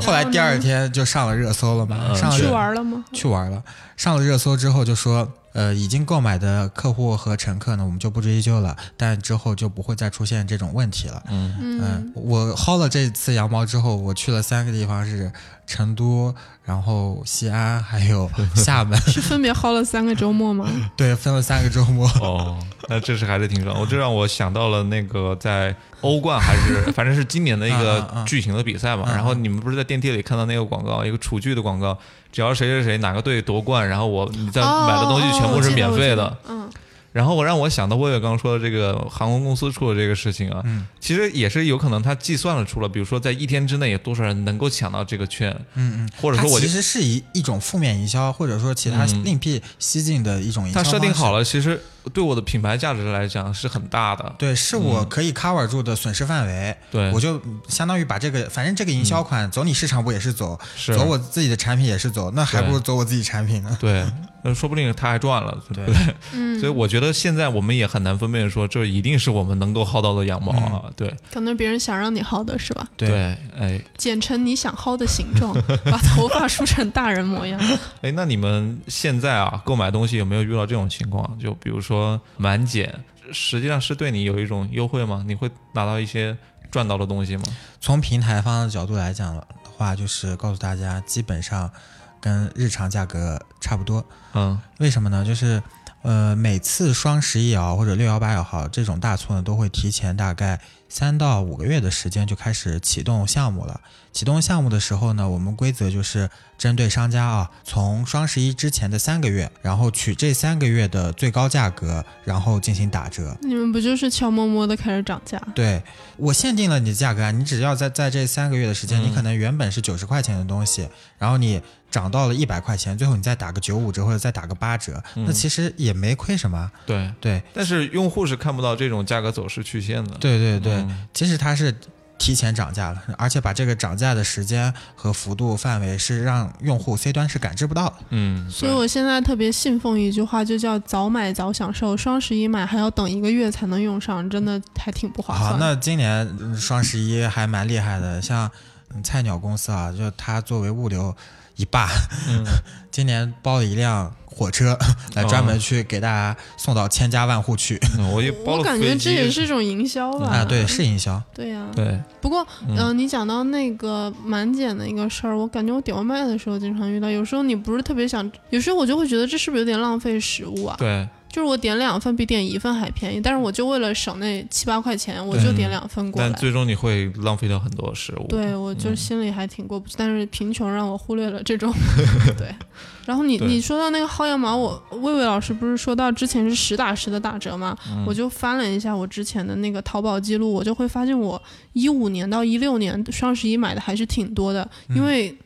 Speaker 2: 后来第二天就上了热搜了嘛，
Speaker 3: 嗯
Speaker 2: 上了
Speaker 1: 去
Speaker 2: 热
Speaker 1: 玩了吗？
Speaker 2: 去玩了，上了热搜之后就说，呃，已经购买的客户和乘客呢，我们就不追究了，但之后就不会再出现这种问题了。
Speaker 3: 嗯
Speaker 2: 嗯，我薅了这次羊毛之后，我去了三个地方是成都，然后西安，还有厦 门。
Speaker 1: 是分别薅了三个周末吗？
Speaker 2: 对，分了三个周末。
Speaker 3: 哦，那这是还是挺爽。我这让我想到了那个在欧冠还 是反正是今年的一
Speaker 2: 嗯嗯
Speaker 3: 个
Speaker 2: 嗯
Speaker 3: 巨型的比赛嘛。
Speaker 2: 嗯嗯
Speaker 3: 然后你们不是在电梯里看到那个广告，一个厨具的广告，只要谁谁谁哪个队夺冠，然后我你再买的东西全部是免费的
Speaker 1: 哦。。哦
Speaker 3: 然后我让我想到魏魏刚说的这个航空公司出的这个事情啊，
Speaker 2: 嗯
Speaker 3: 其实也是有可能他计算了出了，比如说在一天之内有多少人能够抢到这个券，
Speaker 2: 嗯嗯，
Speaker 3: 或者
Speaker 2: 它
Speaker 3: 说我就
Speaker 2: 其实是一一种负面营销，或者说其他
Speaker 3: 嗯
Speaker 2: 另辟蹊径的一种营销。
Speaker 3: 他嗯设定好
Speaker 2: 了。
Speaker 3: 了，其实对我的品牌价值来讲是很大的。
Speaker 2: 对，是
Speaker 3: 嗯
Speaker 2: 我可以 cover 住的损失范围，
Speaker 3: 对，
Speaker 2: 我就相当于把这个，反正这个营
Speaker 3: 嗯
Speaker 2: 销款走你市场不也是走，
Speaker 3: 是
Speaker 2: 走我自己的产品也是走，那还不如走我自己产品呢。
Speaker 3: 对，那说不定他还赚了。
Speaker 2: 对
Speaker 1: 嗯，
Speaker 3: 所以我觉得现在我们也很难分辨说这一定是我们能够薅到的羊毛啊。
Speaker 2: 嗯
Speaker 3: 对
Speaker 1: 可能别人想让你薅的是吧？
Speaker 3: 对，哎
Speaker 1: 剪成你想薅的形状，把头发梳成大人模样。
Speaker 3: 哎，那你们现在啊购买东西有没有遇到这种情况？就比如说满减，实际上是对你有一种优惠吗？你会拿到一些赚到的东西吗？
Speaker 2: 从平台方的角度来讲的话，就是告诉大家，基本上跟日常价格差不多。
Speaker 3: 嗯
Speaker 2: 为什么呢？就是呃，每次双十一也好，或者六幺八也好，这种大促呢，都会提前大概三到五个月的时间就开始启动项目了。启动项目的时候呢，我们规则就是针对商家啊，从双十一之前的三个月，然后取这三个月的最高价格，然后进行打折。
Speaker 1: 你们不就是悄摸摸的开始涨价？
Speaker 2: 对我限定了你的价格啊，你只要在在这三个月的时间，
Speaker 3: 嗯
Speaker 2: 你可能原本是九十块钱的东西，然后你涨到了一百块钱，最后你再打个九五折或者再打个八折，那
Speaker 3: 嗯
Speaker 2: 其实也没亏什么。
Speaker 3: 对。
Speaker 2: 对
Speaker 3: 但是用户是看不到这种价格走势曲线的。
Speaker 2: 对对对，
Speaker 3: 嗯
Speaker 2: 其实它是提前涨价了，而且把这个涨价的时间和幅度范围是让用户 C 端是感知不到的。
Speaker 3: 嗯，
Speaker 1: 所以我现在特别信奉一句话，就叫早买早享受。双十一买还要等一个月才能用上，真的还挺不划
Speaker 2: 好，
Speaker 3: 啊
Speaker 1: 算的。
Speaker 2: 那今年嗯双十一还蛮厉害的，像嗯菜鸟公司啊，就它作为物流一霸，
Speaker 3: 嗯
Speaker 2: 今年包了一辆火车来
Speaker 3: 哦
Speaker 2: 专门去给大家送到千家万户去。
Speaker 3: 对嗯我也包
Speaker 1: 我
Speaker 3: 了
Speaker 1: 感觉
Speaker 3: 飞
Speaker 1: 这
Speaker 3: 机
Speaker 1: 也是一种营销吧？
Speaker 2: 啊，对，是营销。
Speaker 1: 对呀、
Speaker 3: 对，
Speaker 1: 不过，
Speaker 3: 嗯
Speaker 1: 嗯、你讲到那个满减的一个事儿，我感觉我点外卖的时候经常遇到。有时候你不是特别想，有时候我就会觉得这是不是有点浪费食物啊？
Speaker 3: 对，
Speaker 1: 就是我点两份比点一份还便宜，但是我就为了省那七八块钱，我
Speaker 3: 对
Speaker 1: 就点两份过
Speaker 3: 但
Speaker 1: 来。
Speaker 3: 最终你会浪费掉很多食物。
Speaker 1: 对，我就
Speaker 3: 嗯
Speaker 1: 心里还挺过不去，但是贫穷让我忽略了这 种，对。然后你
Speaker 3: 对
Speaker 1: 你说到那个薅羊毛，我魏魏老师不是说到之前是实打实的打折吗？
Speaker 3: 嗯
Speaker 1: 我就翻了一下我之前的那个淘宝记录，我就会发现我一五年到一六年双十一买的还是挺多的，因
Speaker 2: 嗯
Speaker 1: 为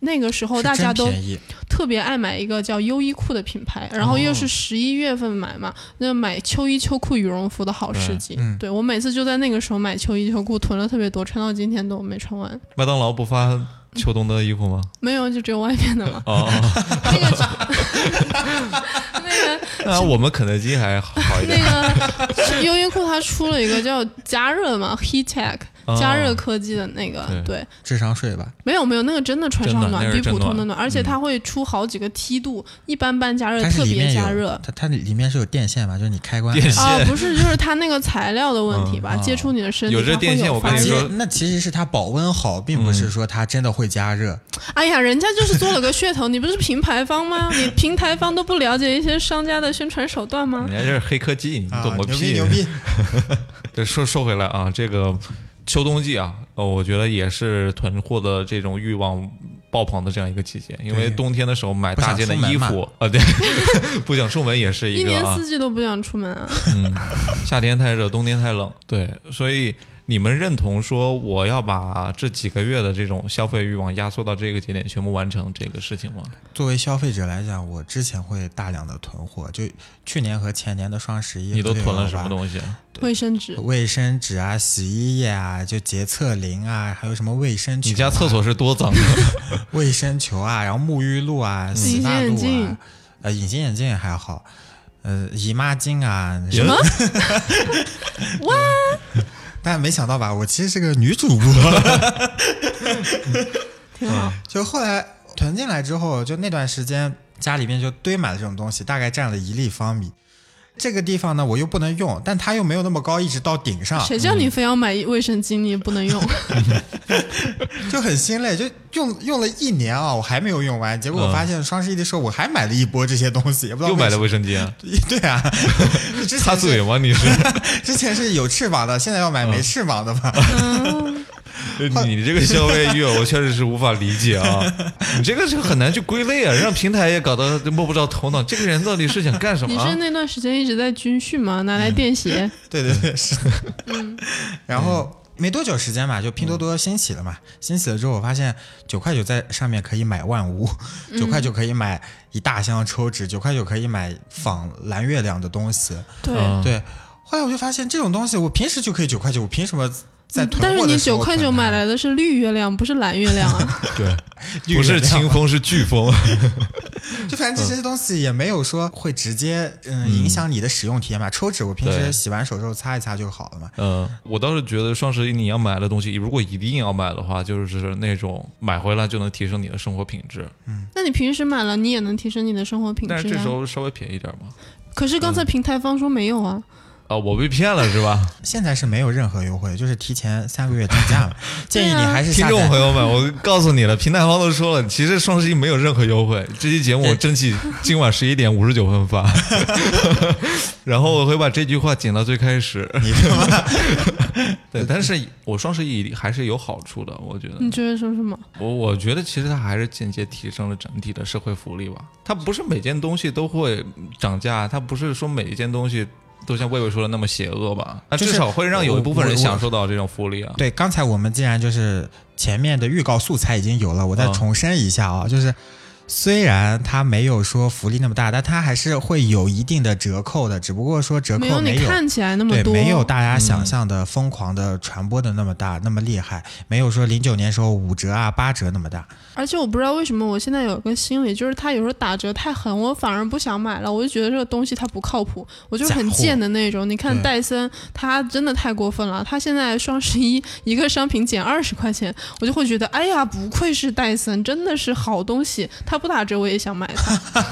Speaker 1: 那个时候
Speaker 2: 是
Speaker 1: 哦大家都
Speaker 2: 真便宜，
Speaker 1: 特别爱买一个叫优衣库的品牌，然后
Speaker 2: 哦
Speaker 1: 又是十一月份买嘛，那买秋衣秋裤羽绒服的好时机。
Speaker 2: 嗯
Speaker 1: 对我每次就在那个时候买秋衣秋裤，囤了特别多，穿到今天都没穿完。
Speaker 3: 麦当劳不发秋冬的 衣服吗？。
Speaker 1: 没有，就只有外面的嘛
Speaker 3: 哦，
Speaker 1: 那个只，那个
Speaker 3: 那我们肯德基还好一点。
Speaker 1: 那个优衣库它出了一个叫加热嘛，Heattech
Speaker 3: 哦
Speaker 1: 加热科技的那个，
Speaker 3: 对
Speaker 1: 对，
Speaker 2: 智商税吧？
Speaker 1: 没有没有，那个真的穿上
Speaker 3: 真的那
Speaker 1: 暖，
Speaker 3: 个
Speaker 1: 比
Speaker 3: 真
Speaker 1: 普通的
Speaker 3: 暖嗯
Speaker 1: 暖，而且它会出好几个梯度，一般般加热，
Speaker 2: 它是
Speaker 1: 呃特
Speaker 2: 里
Speaker 1: 别
Speaker 2: 面
Speaker 1: 加
Speaker 2: 有
Speaker 1: 热，
Speaker 2: 它它里面是有电线嘛，就是你开关。
Speaker 3: 电线
Speaker 1: 啊，不是，就是它那个材料的问题吧，
Speaker 2: 嗯哦
Speaker 1: 接触你的身体，
Speaker 3: 有这
Speaker 1: 它会
Speaker 3: 电线
Speaker 1: 有
Speaker 3: 我
Speaker 1: 发
Speaker 3: 跟你
Speaker 2: 其
Speaker 1: 热
Speaker 3: 说
Speaker 2: 实那其实是它保温好，并不是说它真的会加热。
Speaker 1: 哎呀，人家就是做了个噱头，你不是平台方吗？你平台方都不了解一些商家的宣传手段吗
Speaker 3: 人？家这是黑科技，你
Speaker 2: 啊
Speaker 3: 懂个
Speaker 2: 牛
Speaker 3: 屁！
Speaker 2: 逼牛逼！
Speaker 3: 对，说说回来啊，这个秋冬季啊，呃，我觉得也是囤货的这种欲望爆棚的这样一个季节，因为
Speaker 2: 对
Speaker 3: 冬天的时候买
Speaker 2: 不
Speaker 3: 大
Speaker 2: 想
Speaker 3: 件的
Speaker 2: 出门
Speaker 3: 衣
Speaker 2: 嘛
Speaker 3: 服啊，对， 不想出门也是
Speaker 1: 一
Speaker 3: 个
Speaker 1: 年
Speaker 3: 啊，
Speaker 1: 四季都不想出门啊！
Speaker 3: 嗯，夏天太热，冬天太冷，对，所以你们认同说我要把这几个月的这种消费欲望压缩到这个节点，全部完成这个事情吗？
Speaker 2: 作为消费者来讲，我之前会大量的囤货，就去年和前年的双十一，
Speaker 3: 你都囤了什么
Speaker 2: 西？
Speaker 3: 东西？
Speaker 1: 卫生纸，
Speaker 3: 嗯
Speaker 2: 卫生纸啊、洗衣液啊、就洁厕灵啊，还有什么卫生球、
Speaker 3: 你家厕、所是多 脏？啊
Speaker 2: 卫生球啊，然后沐浴露啊、洗发
Speaker 1: 隐形
Speaker 2: 露
Speaker 1: 眼
Speaker 2: 啊
Speaker 1: 镜，
Speaker 2: 呃，隐形眼镜还好， 呃，姨妈巾啊，
Speaker 3: 什么
Speaker 1: 哇，
Speaker 2: 但没想到吧，我其实是个女主播。
Speaker 1: 挺好。
Speaker 2: 就后来囤进来之后，就那段时间家里面就堆满了这种东西，大概占了一立方米。这个地方呢，我又不能用，但它又没有那么高，一直到顶上，
Speaker 1: 谁叫你非要买卫生巾，你也不能 用？
Speaker 2: 就很心累。就用用了一年啊，我还没有用完。结果我发现双十一的时候，我还买了一波这些东西，也不知道
Speaker 3: 嗯又
Speaker 2: 为
Speaker 3: 买
Speaker 2: 什
Speaker 3: 了
Speaker 2: 么。
Speaker 3: 卫生巾 啊，
Speaker 2: 对啊，之
Speaker 3: 擦
Speaker 2: 前是
Speaker 3: 嘴吗？你 是
Speaker 2: 之前是有翅膀的，现在要买没
Speaker 3: 嗯
Speaker 2: 翅膀的吧？
Speaker 3: 你这个消费欲，我确实是无法理解啊！ 你这个是很难去归类啊，让平台也搞得摸不着头脑，这个人到底是想干什
Speaker 1: 你
Speaker 3: 么
Speaker 1: 是
Speaker 3: 啊？
Speaker 1: 那段时间一直在军训吗？拿来垫鞋，
Speaker 2: 对对对，是的。
Speaker 1: 嗯
Speaker 2: 然后没多久时间嘛，就拼多
Speaker 3: 嗯
Speaker 2: 多兴起了嘛，兴起了之后，我发现九块九在上面可以买万物，
Speaker 1: 嗯
Speaker 2: 九块九可以买一大箱抽纸，九块九可以买仿蓝月亮的东西。
Speaker 1: 对。
Speaker 3: 嗯
Speaker 2: 对，后来我就发现这种东西我平时就可以九块九，我凭什么在囤
Speaker 1: 但是
Speaker 2: 货
Speaker 1: 你
Speaker 2: 的时
Speaker 1: 九
Speaker 2: 候
Speaker 1: 块
Speaker 2: 囤
Speaker 1: 九
Speaker 2: 它
Speaker 1: 买来的是绿月亮，不是蓝月亮 啊！
Speaker 3: 对，
Speaker 2: 绿
Speaker 3: 不是
Speaker 2: 月亮
Speaker 3: 清嗯风是飓风，
Speaker 2: 就反正这些东西也没有说会直接嗯影响你的使用体验嘛。抽纸我平
Speaker 3: 对
Speaker 2: 时洗完手之后擦一擦就好了嘛。
Speaker 3: 嗯，我倒是觉得双十一你要买的东西，如果一定要买的话，就是那种买回来就能提升你的生活品质，
Speaker 1: 那你平时买了，你也能提升你的生活品
Speaker 3: 但是
Speaker 1: 质
Speaker 3: 这时
Speaker 1: 啊。
Speaker 3: 候稍微便宜点嘛。
Speaker 1: 可是
Speaker 2: 嗯
Speaker 1: 刚才平台方说没有啊，
Speaker 3: 啊，我被骗了是吧？
Speaker 2: 现在是没有任何优惠，就是提前三个月涨价 了。建议
Speaker 1: 对
Speaker 2: 你
Speaker 1: 啊
Speaker 2: 还是
Speaker 3: 听
Speaker 2: 下
Speaker 3: 众朋
Speaker 2: 载。
Speaker 3: 友们，我告诉你了，平台方都说了，其实双十一没有任何优惠。这期节目我争取今晚十一点五十九分 发，然后我会把这句话剪到最开 始。
Speaker 2: 你他妈
Speaker 3: 对，但是我双十一还是有好处的，我觉得。
Speaker 1: 你觉得说什么？
Speaker 3: 我我觉得其实它还是间接提升了整体的社会福利吧。它不是每件东西都会涨价，它不是说每一件东西都像魏魏说的那么邪恶吧？那
Speaker 2: 就
Speaker 3: 至
Speaker 2: 是
Speaker 3: 少会让有一部分人
Speaker 2: 我我
Speaker 3: 享受到这种福利啊。
Speaker 2: 对，刚才我们既然就是前面的预告素材已经有了，我再
Speaker 3: 嗯
Speaker 2: 重申一下啊，就是虽然它没有说福利那么大，但它还是会有一定的折扣的，只不过说折扣
Speaker 1: 没有你看起来那么
Speaker 2: 对，
Speaker 1: 多，
Speaker 2: 没有大家想象的疯狂的传播的那么大，那么厉害，没有说零九年时候五折啊、八折那么大。
Speaker 1: 而且我不知道为什么我现在有个心理，就是它有时候打折太狠，我反而不想买了。我就觉得这个东西它不靠谱，我就是很
Speaker 2: 假货
Speaker 1: 贱的那种。你看
Speaker 3: 嗯
Speaker 2: 对
Speaker 1: 戴森，它真的太过分了，它现在双十一一个商品减二十块钱，我就会觉得，哎呀，不愧是戴森，真的是好东西。它不打折我也想买它。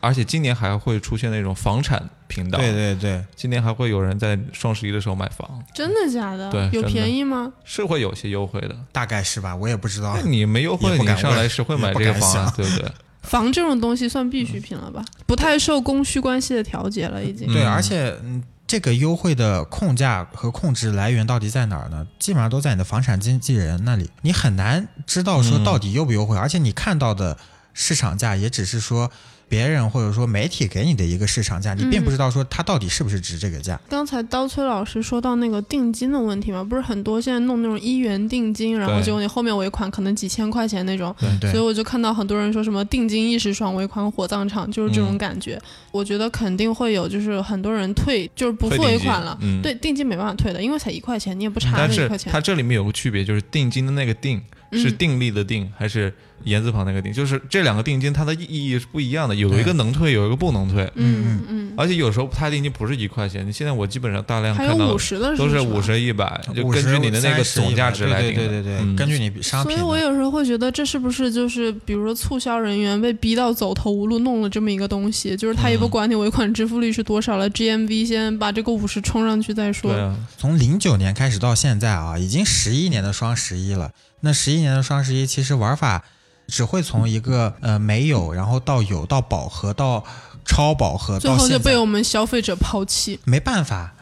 Speaker 3: 而且今年还会出现那种房产频道，
Speaker 2: 对对对，
Speaker 3: 今年还会有人在双十一的时候买房，
Speaker 1: 真的假的？
Speaker 3: 对
Speaker 1: 有
Speaker 3: 真的
Speaker 1: 便宜吗？
Speaker 3: 是会有些优惠的。
Speaker 2: 大概是吧，我也不知道
Speaker 3: 那。你没优惠，
Speaker 2: 啊也
Speaker 3: 你
Speaker 2: 不敢
Speaker 3: 上来
Speaker 2: 问
Speaker 3: 谁会买
Speaker 2: 也不
Speaker 3: 这个
Speaker 2: 敢
Speaker 3: 房啊
Speaker 2: 想？
Speaker 3: 对不对？
Speaker 1: 房这种东西算必
Speaker 3: 嗯
Speaker 1: 需品了吧？不太受供需关系的调节了，已经。
Speaker 2: 对，
Speaker 3: 嗯
Speaker 2: 而且嗯，这个优惠的控价和控制来源到底在哪儿呢？基本上都在你的房产经纪人那里，你很难知道说
Speaker 3: 嗯
Speaker 2: 到底优不优惠，而且你看到的市场价也只是说。别人或者说媒体给你的一个市场价，你
Speaker 1: 嗯
Speaker 2: 并不知道说它到底是不是值这个价。
Speaker 1: 刚才刀崔老师说到那个定金的问题嘛，不是很多现在弄那种一元定金，然后
Speaker 3: 对
Speaker 1: 结果你后面尾款可能几千块钱那种。
Speaker 2: 嗯，
Speaker 1: 所以
Speaker 2: 对，
Speaker 1: 我就看到很多人说什么定金一时爽，尾款火葬场，就是这种
Speaker 3: 嗯
Speaker 1: 感觉。我觉得肯定会有，就是很多人退，就是不付
Speaker 3: 会
Speaker 1: 尾
Speaker 3: 理解
Speaker 1: 款了。
Speaker 3: 嗯
Speaker 1: 对，定金没办法退的，因为才一块钱，你也不差
Speaker 3: 但
Speaker 1: 那一
Speaker 3: 是
Speaker 1: 块钱
Speaker 3: 它。这里面有个区别，就是定金的那个定是
Speaker 1: 嗯
Speaker 3: 定力的定，还是言字旁那个定？就是这两个定金它的意义是不一样的，有一个
Speaker 2: 对
Speaker 3: 能退，有一个不能退。
Speaker 1: 嗯嗯
Speaker 3: 而且有时候它定金不是一块钱，你现在我基本上大量
Speaker 1: 嗯，还有
Speaker 3: 看到
Speaker 1: 五十的
Speaker 3: 都
Speaker 1: 是
Speaker 3: 是
Speaker 1: 吧
Speaker 3: 五。十一百，就
Speaker 2: 50
Speaker 3: 根据你的那个
Speaker 2: 30
Speaker 3: 总价值来定
Speaker 2: 对
Speaker 3: 的。
Speaker 2: 对对对对，
Speaker 3: 嗯
Speaker 2: 根据你商
Speaker 1: 所
Speaker 2: 品
Speaker 1: 以
Speaker 2: 的。
Speaker 1: 我有时候会觉得，这是不是就是，比如说促销人员被逼到走投无路，弄了这么一个东西，就是他也
Speaker 2: 嗯
Speaker 1: 不管你尾款支付率是多少了，GMV 先把这个五十冲上去再说。
Speaker 3: 对啊，
Speaker 2: 从零九年开始到现在啊，已经十一年的双十一了。那十一年的双十一，其实玩法只会从一个呃没有，然后到有，到饱和，到超饱和，
Speaker 1: 最
Speaker 2: 到
Speaker 1: 后就
Speaker 2: 现
Speaker 1: 被
Speaker 2: 在
Speaker 1: 我们消费者抛弃。
Speaker 2: 没办法。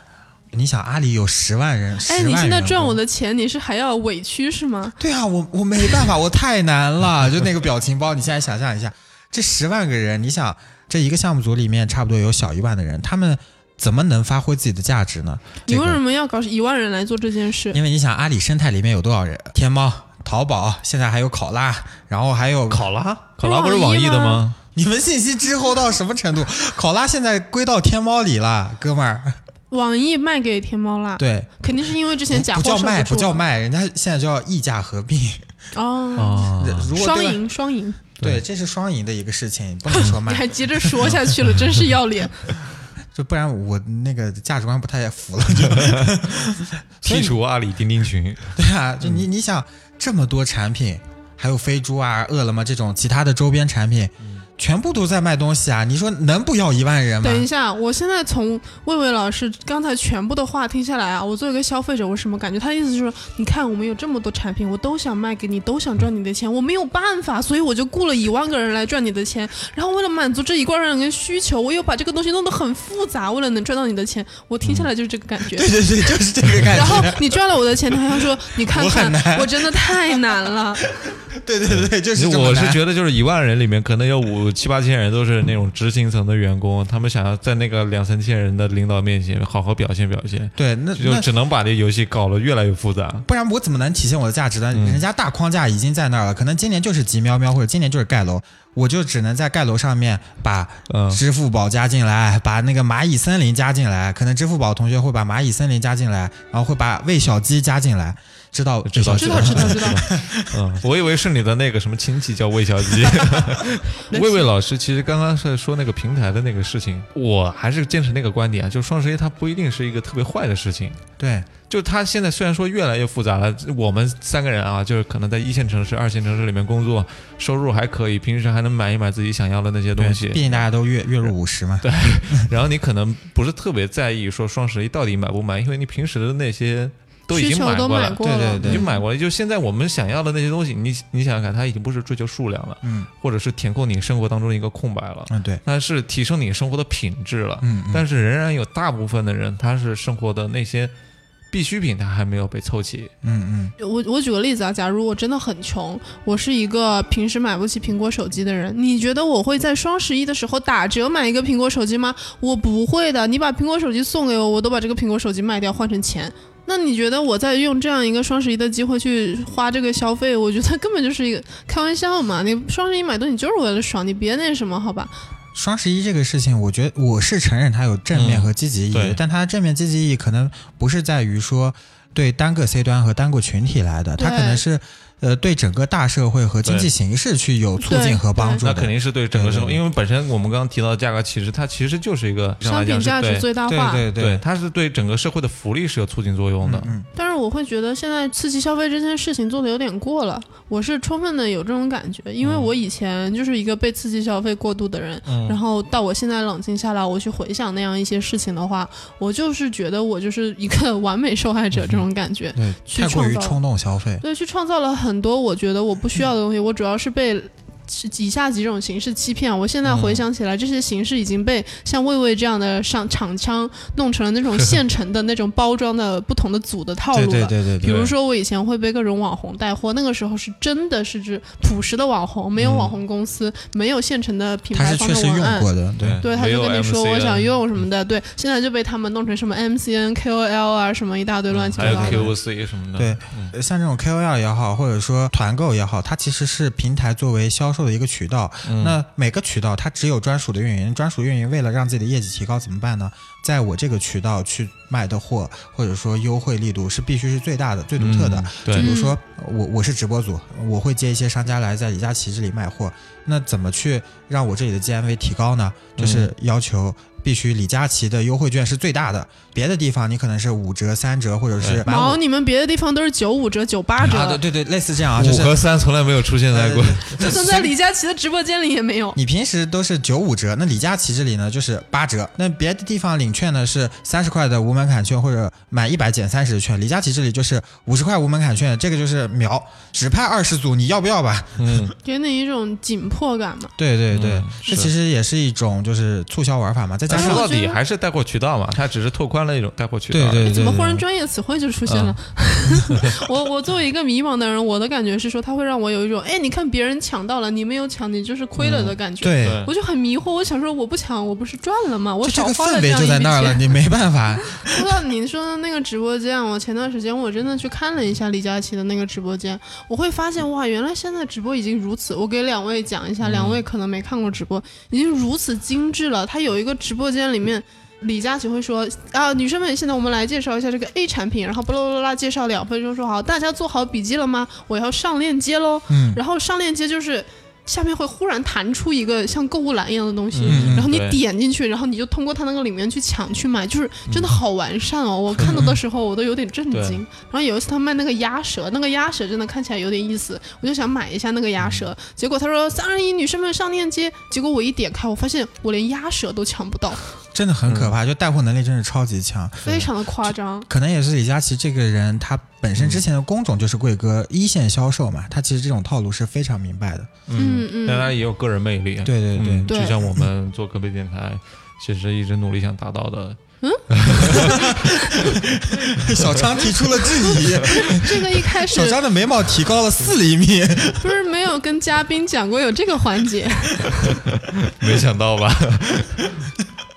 Speaker 2: 你想阿里有十万人，
Speaker 1: 哎，
Speaker 2: 10
Speaker 1: 你
Speaker 2: 万
Speaker 1: 现在
Speaker 2: 员
Speaker 1: 赚
Speaker 2: 工
Speaker 1: 我。的钱，你是还要委屈是吗？
Speaker 2: 对啊，我我没办法，我太难了。就那个表情包，你现在想象一下，这十万个人，你想这一个项目组里面差不多有小一万的人，他们怎么能发挥自己的价值呢？
Speaker 1: 你
Speaker 2: 这
Speaker 1: 为
Speaker 2: 个
Speaker 1: 什么要搞一万人来做这件事？
Speaker 2: 因为你想，阿里生态里面有多少人？天猫、淘宝，现在还有考拉，然后还有
Speaker 3: 考拉，考拉
Speaker 1: 网
Speaker 3: 不是
Speaker 1: 易
Speaker 3: 网易的
Speaker 1: 吗
Speaker 3: 吗？
Speaker 2: 你们信息滞后到什么程度？ 考拉现在归到天猫里了，哥 们儿。
Speaker 1: 网易卖给天猫啦，
Speaker 2: 对，
Speaker 1: 肯定是因为之前假
Speaker 2: 不
Speaker 1: 货
Speaker 2: 叫
Speaker 1: 受
Speaker 2: 卖，
Speaker 1: 住
Speaker 2: 不
Speaker 1: 了
Speaker 2: 叫卖，人家现在叫溢价合并。
Speaker 1: 哦，
Speaker 3: 啊
Speaker 2: 如果
Speaker 1: 双
Speaker 2: 对外
Speaker 1: 赢双赢，
Speaker 2: 对，这是双赢的一个事情，不能说
Speaker 1: 你
Speaker 2: 卖，
Speaker 1: 还急着说下 去了，真是要脸。
Speaker 2: 就不然我那个价值观不太符了。就，所以
Speaker 3: 剔除阿里钉钉群，
Speaker 2: 对啊，就
Speaker 1: 嗯
Speaker 2: 你你想这么多产品，还有飞猪啊、饿了么这种其他的周边产品，全部都在卖东西啊！你说能不要一万人吗？
Speaker 1: 嗯等一下，我现在从魏魏老师刚才全部的话听下来啊，我作为一个消费者，我什么感觉？他的意思就是，你看我们有这么多产品，我都想卖给你，都想赚你的钱，我没有办法，所以我就雇了一万个人来赚你的钱。然后为了满足这一万人的需求，我又把这个东西弄得很复杂，为了能赚到你的钱。我听下来就是这个感觉。
Speaker 2: 对对对，就是这个感
Speaker 1: 然后
Speaker 2: 觉。
Speaker 1: 你赚了我的钱，他还说你看
Speaker 2: 我很
Speaker 1: 看，
Speaker 2: 难
Speaker 1: 我真的太难了。
Speaker 2: 对对对，就是这么
Speaker 3: 我是
Speaker 2: 难
Speaker 3: 觉得就是一万人里面，可能有五七八千人都是那种执行层的员工，他们想要在那个两三千人的领导面前好好表现表现，
Speaker 2: 对，那
Speaker 3: 就
Speaker 2: 那
Speaker 3: 只能把这游戏搞得越来越复杂。
Speaker 2: 不然我怎么能体现我的价值呢？
Speaker 3: 嗯
Speaker 2: 人家大框架已经在那儿了，可能今年就是集喵喵，或者今年就是盖楼，我就只能在盖楼上面把
Speaker 3: 嗯
Speaker 2: 支付宝加进来，把那个蚂蚁森林加进来，可能支付宝同学会把蚂蚁森林加进来，然后会把喂小鸡加进来，知道
Speaker 3: 知道
Speaker 2: 喂
Speaker 1: 知
Speaker 2: 小鸡
Speaker 1: 道知道知道，
Speaker 3: 嗯，我以为是你的那个什么亲戚叫魏小鸡。魏魏老师其实刚刚是说那个平台的那个事情，我还是坚持那个观点啊，就是双十一它不一定是一个特别坏的事情。
Speaker 2: 对，
Speaker 3: 就它现在虽然说越来越复杂了，我们三个人啊，就是可能在一线城市、二线城市里面工作，收入还可以，平时还能买一买自己想要的那些东西
Speaker 2: 对毕。竟大家都月月入五十嘛。
Speaker 3: 然后你可能不是特别在意说双十一到底买不买，因为你平时的那些都已
Speaker 1: 需
Speaker 3: 经
Speaker 1: 求
Speaker 3: 买
Speaker 1: 都
Speaker 3: 过
Speaker 1: 买
Speaker 3: 了。
Speaker 1: 过了，
Speaker 2: 对对对
Speaker 3: 你就买过了，就现在我们想要的那些东西，你你想想看，它已经不是追求数量了，
Speaker 2: 嗯
Speaker 3: 或者是填空你生活当中的一个空白了，
Speaker 2: 嗯，对，
Speaker 3: 它是提升你生活的品质了。
Speaker 2: 嗯，嗯
Speaker 3: 但是仍然有大部分的人，他是生活的那些必需品，他还没有被凑齐。
Speaker 2: 嗯
Speaker 1: 我我举个例子啊，假如我真的很穷，我是一个平时买不起苹果手机的人，你觉得我会在双十一的时候打折买一个苹果手机吗？我不会的，你把苹果手机送给我，我都把这个苹果手机卖掉换成钱。那你觉得我在用这样一个双十一的机会去花这个消费，我觉得根本就是一个开玩笑嘛！你双十一买东西就是为了爽，你别那什么好吧？
Speaker 2: 嗯，双十一这个事情，我觉得我是承认它有正面
Speaker 3: 嗯
Speaker 2: 和积极意义，
Speaker 3: 对
Speaker 2: 但它的正面积极意义可能不是在于说对单个 C 端和单个群体来的，它
Speaker 1: 对
Speaker 2: 可能是呃对整个大社会和经济
Speaker 3: 对
Speaker 2: 形势去有促进和帮助
Speaker 3: 那
Speaker 2: 的。
Speaker 3: 肯定是对整个生活，
Speaker 2: 对对对
Speaker 3: 因为本身我们刚刚提到的价格歧视，它其实就是一个上
Speaker 1: 商
Speaker 3: 来
Speaker 1: 品
Speaker 3: 讲是
Speaker 1: 价值
Speaker 3: 对
Speaker 1: 最大
Speaker 2: 对
Speaker 1: 化。
Speaker 2: 对
Speaker 3: 对，，它是对整个社会的福利是有促进作用的
Speaker 2: 嗯。嗯，
Speaker 1: 但是我会觉得现在刺激消费这件事情做的有点过了，我是充分的有这种感觉，因为我以前就是一个被刺激消费过度的人，
Speaker 2: 嗯
Speaker 1: 然后到我现在冷静下来，我去回想那样一些事情的话，我就是觉得我就是一个完美受害者这种感觉，
Speaker 2: 嗯对，
Speaker 1: 去
Speaker 2: 太过于
Speaker 1: 创造
Speaker 2: 冲动消费。
Speaker 1: 对，去创造了很多我觉得我不需要的东西，我主要是被。以下几种形式欺骗，我现在
Speaker 2: 嗯
Speaker 1: 回想起来，这些形式已经被像魏魏这样的上厂商弄成了那种现成的那种包装的不同的组的套路
Speaker 2: 对
Speaker 1: 了。
Speaker 2: 对对对
Speaker 1: 比
Speaker 2: 对，
Speaker 1: 如说，我以前会被各种网红带货，那个时候是真的是指朴实的网红，没有网红公司，没有现成的品
Speaker 2: 它
Speaker 1: 牌
Speaker 2: 是
Speaker 1: 方
Speaker 2: 确
Speaker 1: 的
Speaker 2: 实
Speaker 1: 文
Speaker 2: 用
Speaker 1: 案。
Speaker 2: 过的，对。
Speaker 1: 对，他
Speaker 3: 没
Speaker 1: 就
Speaker 3: 有
Speaker 1: 跟你说
Speaker 3: MCN
Speaker 1: 我想用什么的，对，现在就被他们弄成什么 MCN、KOL 啊，什么一大堆乱七
Speaker 3: 嗯还
Speaker 1: 八糟
Speaker 3: 有
Speaker 1: 的。
Speaker 3: QOC 什么的，
Speaker 2: 对，呃像这种 KOL 也好，或者说团购也好，它其实是平台作为销售的一个渠道。
Speaker 3: 嗯
Speaker 2: 那每个渠道它只有专属的运营，专属运营为了让自己的业绩提高，怎么办呢？在我这个渠道去卖的货，或者说优惠力度是必须是最大的、最独特的。
Speaker 3: 嗯
Speaker 2: 就比
Speaker 3: 对，
Speaker 2: 如说我我是直播组，我会接一些商家来在李佳琦这里卖货，那怎么去让我这里的 GMV 提高呢？就是要求必须李佳琦的优惠券是最大的，别的地方你可能是五折、三折，或者是满
Speaker 1: 毛，
Speaker 2: 五
Speaker 1: 你们别的地方都是九五折、九八折，
Speaker 2: 啊，对对对，类似这样啊，就是
Speaker 3: 五和三从来没有出现在过。
Speaker 1: 就 算在李佳琦的直播间里也没有。
Speaker 2: 你平时都是九五折，那李佳琦这里呢就是八折，那别的地方领券呢是三十块的无门槛券或者满一百减三十的券，李佳琦这里就是五十块无门槛券，这个就是秒，只派二十组，你要不要吧？
Speaker 3: 嗯，
Speaker 1: 给你一种紧迫感嘛。
Speaker 2: 对对对，
Speaker 3: 嗯
Speaker 2: 这
Speaker 3: 是
Speaker 2: 其实也是一种就是促销玩法嘛，再加
Speaker 3: 但说
Speaker 1: 哎
Speaker 2: 上
Speaker 3: 到底还是带货渠道嘛，它只是拓宽了一种带货渠道。
Speaker 2: 对对
Speaker 1: 哎
Speaker 2: 对，
Speaker 1: 怎么忽然
Speaker 2: 对
Speaker 1: 专业词汇就出现
Speaker 2: 啊
Speaker 1: 了？ 我我作为一个迷茫的人，我的感觉是说，它会让我有一种，哎，你看别人抢到了，你没有抢，你就是亏了的感觉。
Speaker 2: 嗯对
Speaker 3: 对
Speaker 1: 我就很迷惑，我想说，我不抢，我不是赚了吗？我
Speaker 2: 就这
Speaker 1: 少
Speaker 2: 个
Speaker 1: 花了
Speaker 2: 氛
Speaker 1: 这
Speaker 2: 围
Speaker 1: 样
Speaker 2: 就
Speaker 1: 一
Speaker 2: 在
Speaker 1: 笔
Speaker 2: 那儿了，
Speaker 1: 钱。
Speaker 2: 你没办法。
Speaker 1: 说到你说的那个直播间，我前段时间我真的去看了一下李佳琦的那个直播间，我会发现哇，原来现在直播已经如此。我给两位讲一下，两位可能没看过直播，已经如此精致了。他有一个直播间里面。李佳琦会说啊，女生们，现在我们来介绍一下这个 A 产品，然后巴拉巴拉介绍 两分钟，说好，大家做好笔记了吗？我要上链接喽。
Speaker 2: 嗯
Speaker 1: 然后上链接就是下面会忽然弹出一个像购物栏一样的东西，
Speaker 2: 嗯嗯
Speaker 1: 然后你
Speaker 3: 对
Speaker 1: 点进去，然后你就通过它那个里面去抢去买，就是真的好完善哦！我看到的时候我都有点震
Speaker 3: 对
Speaker 1: 惊。然后有一次他卖那个鸭舌，那个鸭舌真的看起来有点意思，我就想买一下那个鸭舌，结果他说三二一女生们上链接，结果我一点开，我发现我连鸭舌都抢不到，
Speaker 2: 真的很可
Speaker 3: 嗯
Speaker 2: 怕，就带货能力真是超级强。
Speaker 1: 非常的夸张。
Speaker 2: 可能也是李佳琦这个人，他本身之前的工种就是贵哥一线销售嘛，他其实这种套路是非常明白的。
Speaker 1: 嗯嗯
Speaker 3: 但他也有个人魅力。
Speaker 2: 对对对
Speaker 3: 嗯，
Speaker 1: 对
Speaker 3: 就像我们做科贝电台，其实一直努力想达到的。
Speaker 2: 小张提出了质 疑，
Speaker 1: 这个一开始
Speaker 2: 小张的眉毛提高了四厘米。
Speaker 1: 不是没有跟嘉宾讲过有这个环节，
Speaker 3: 没想到 吧？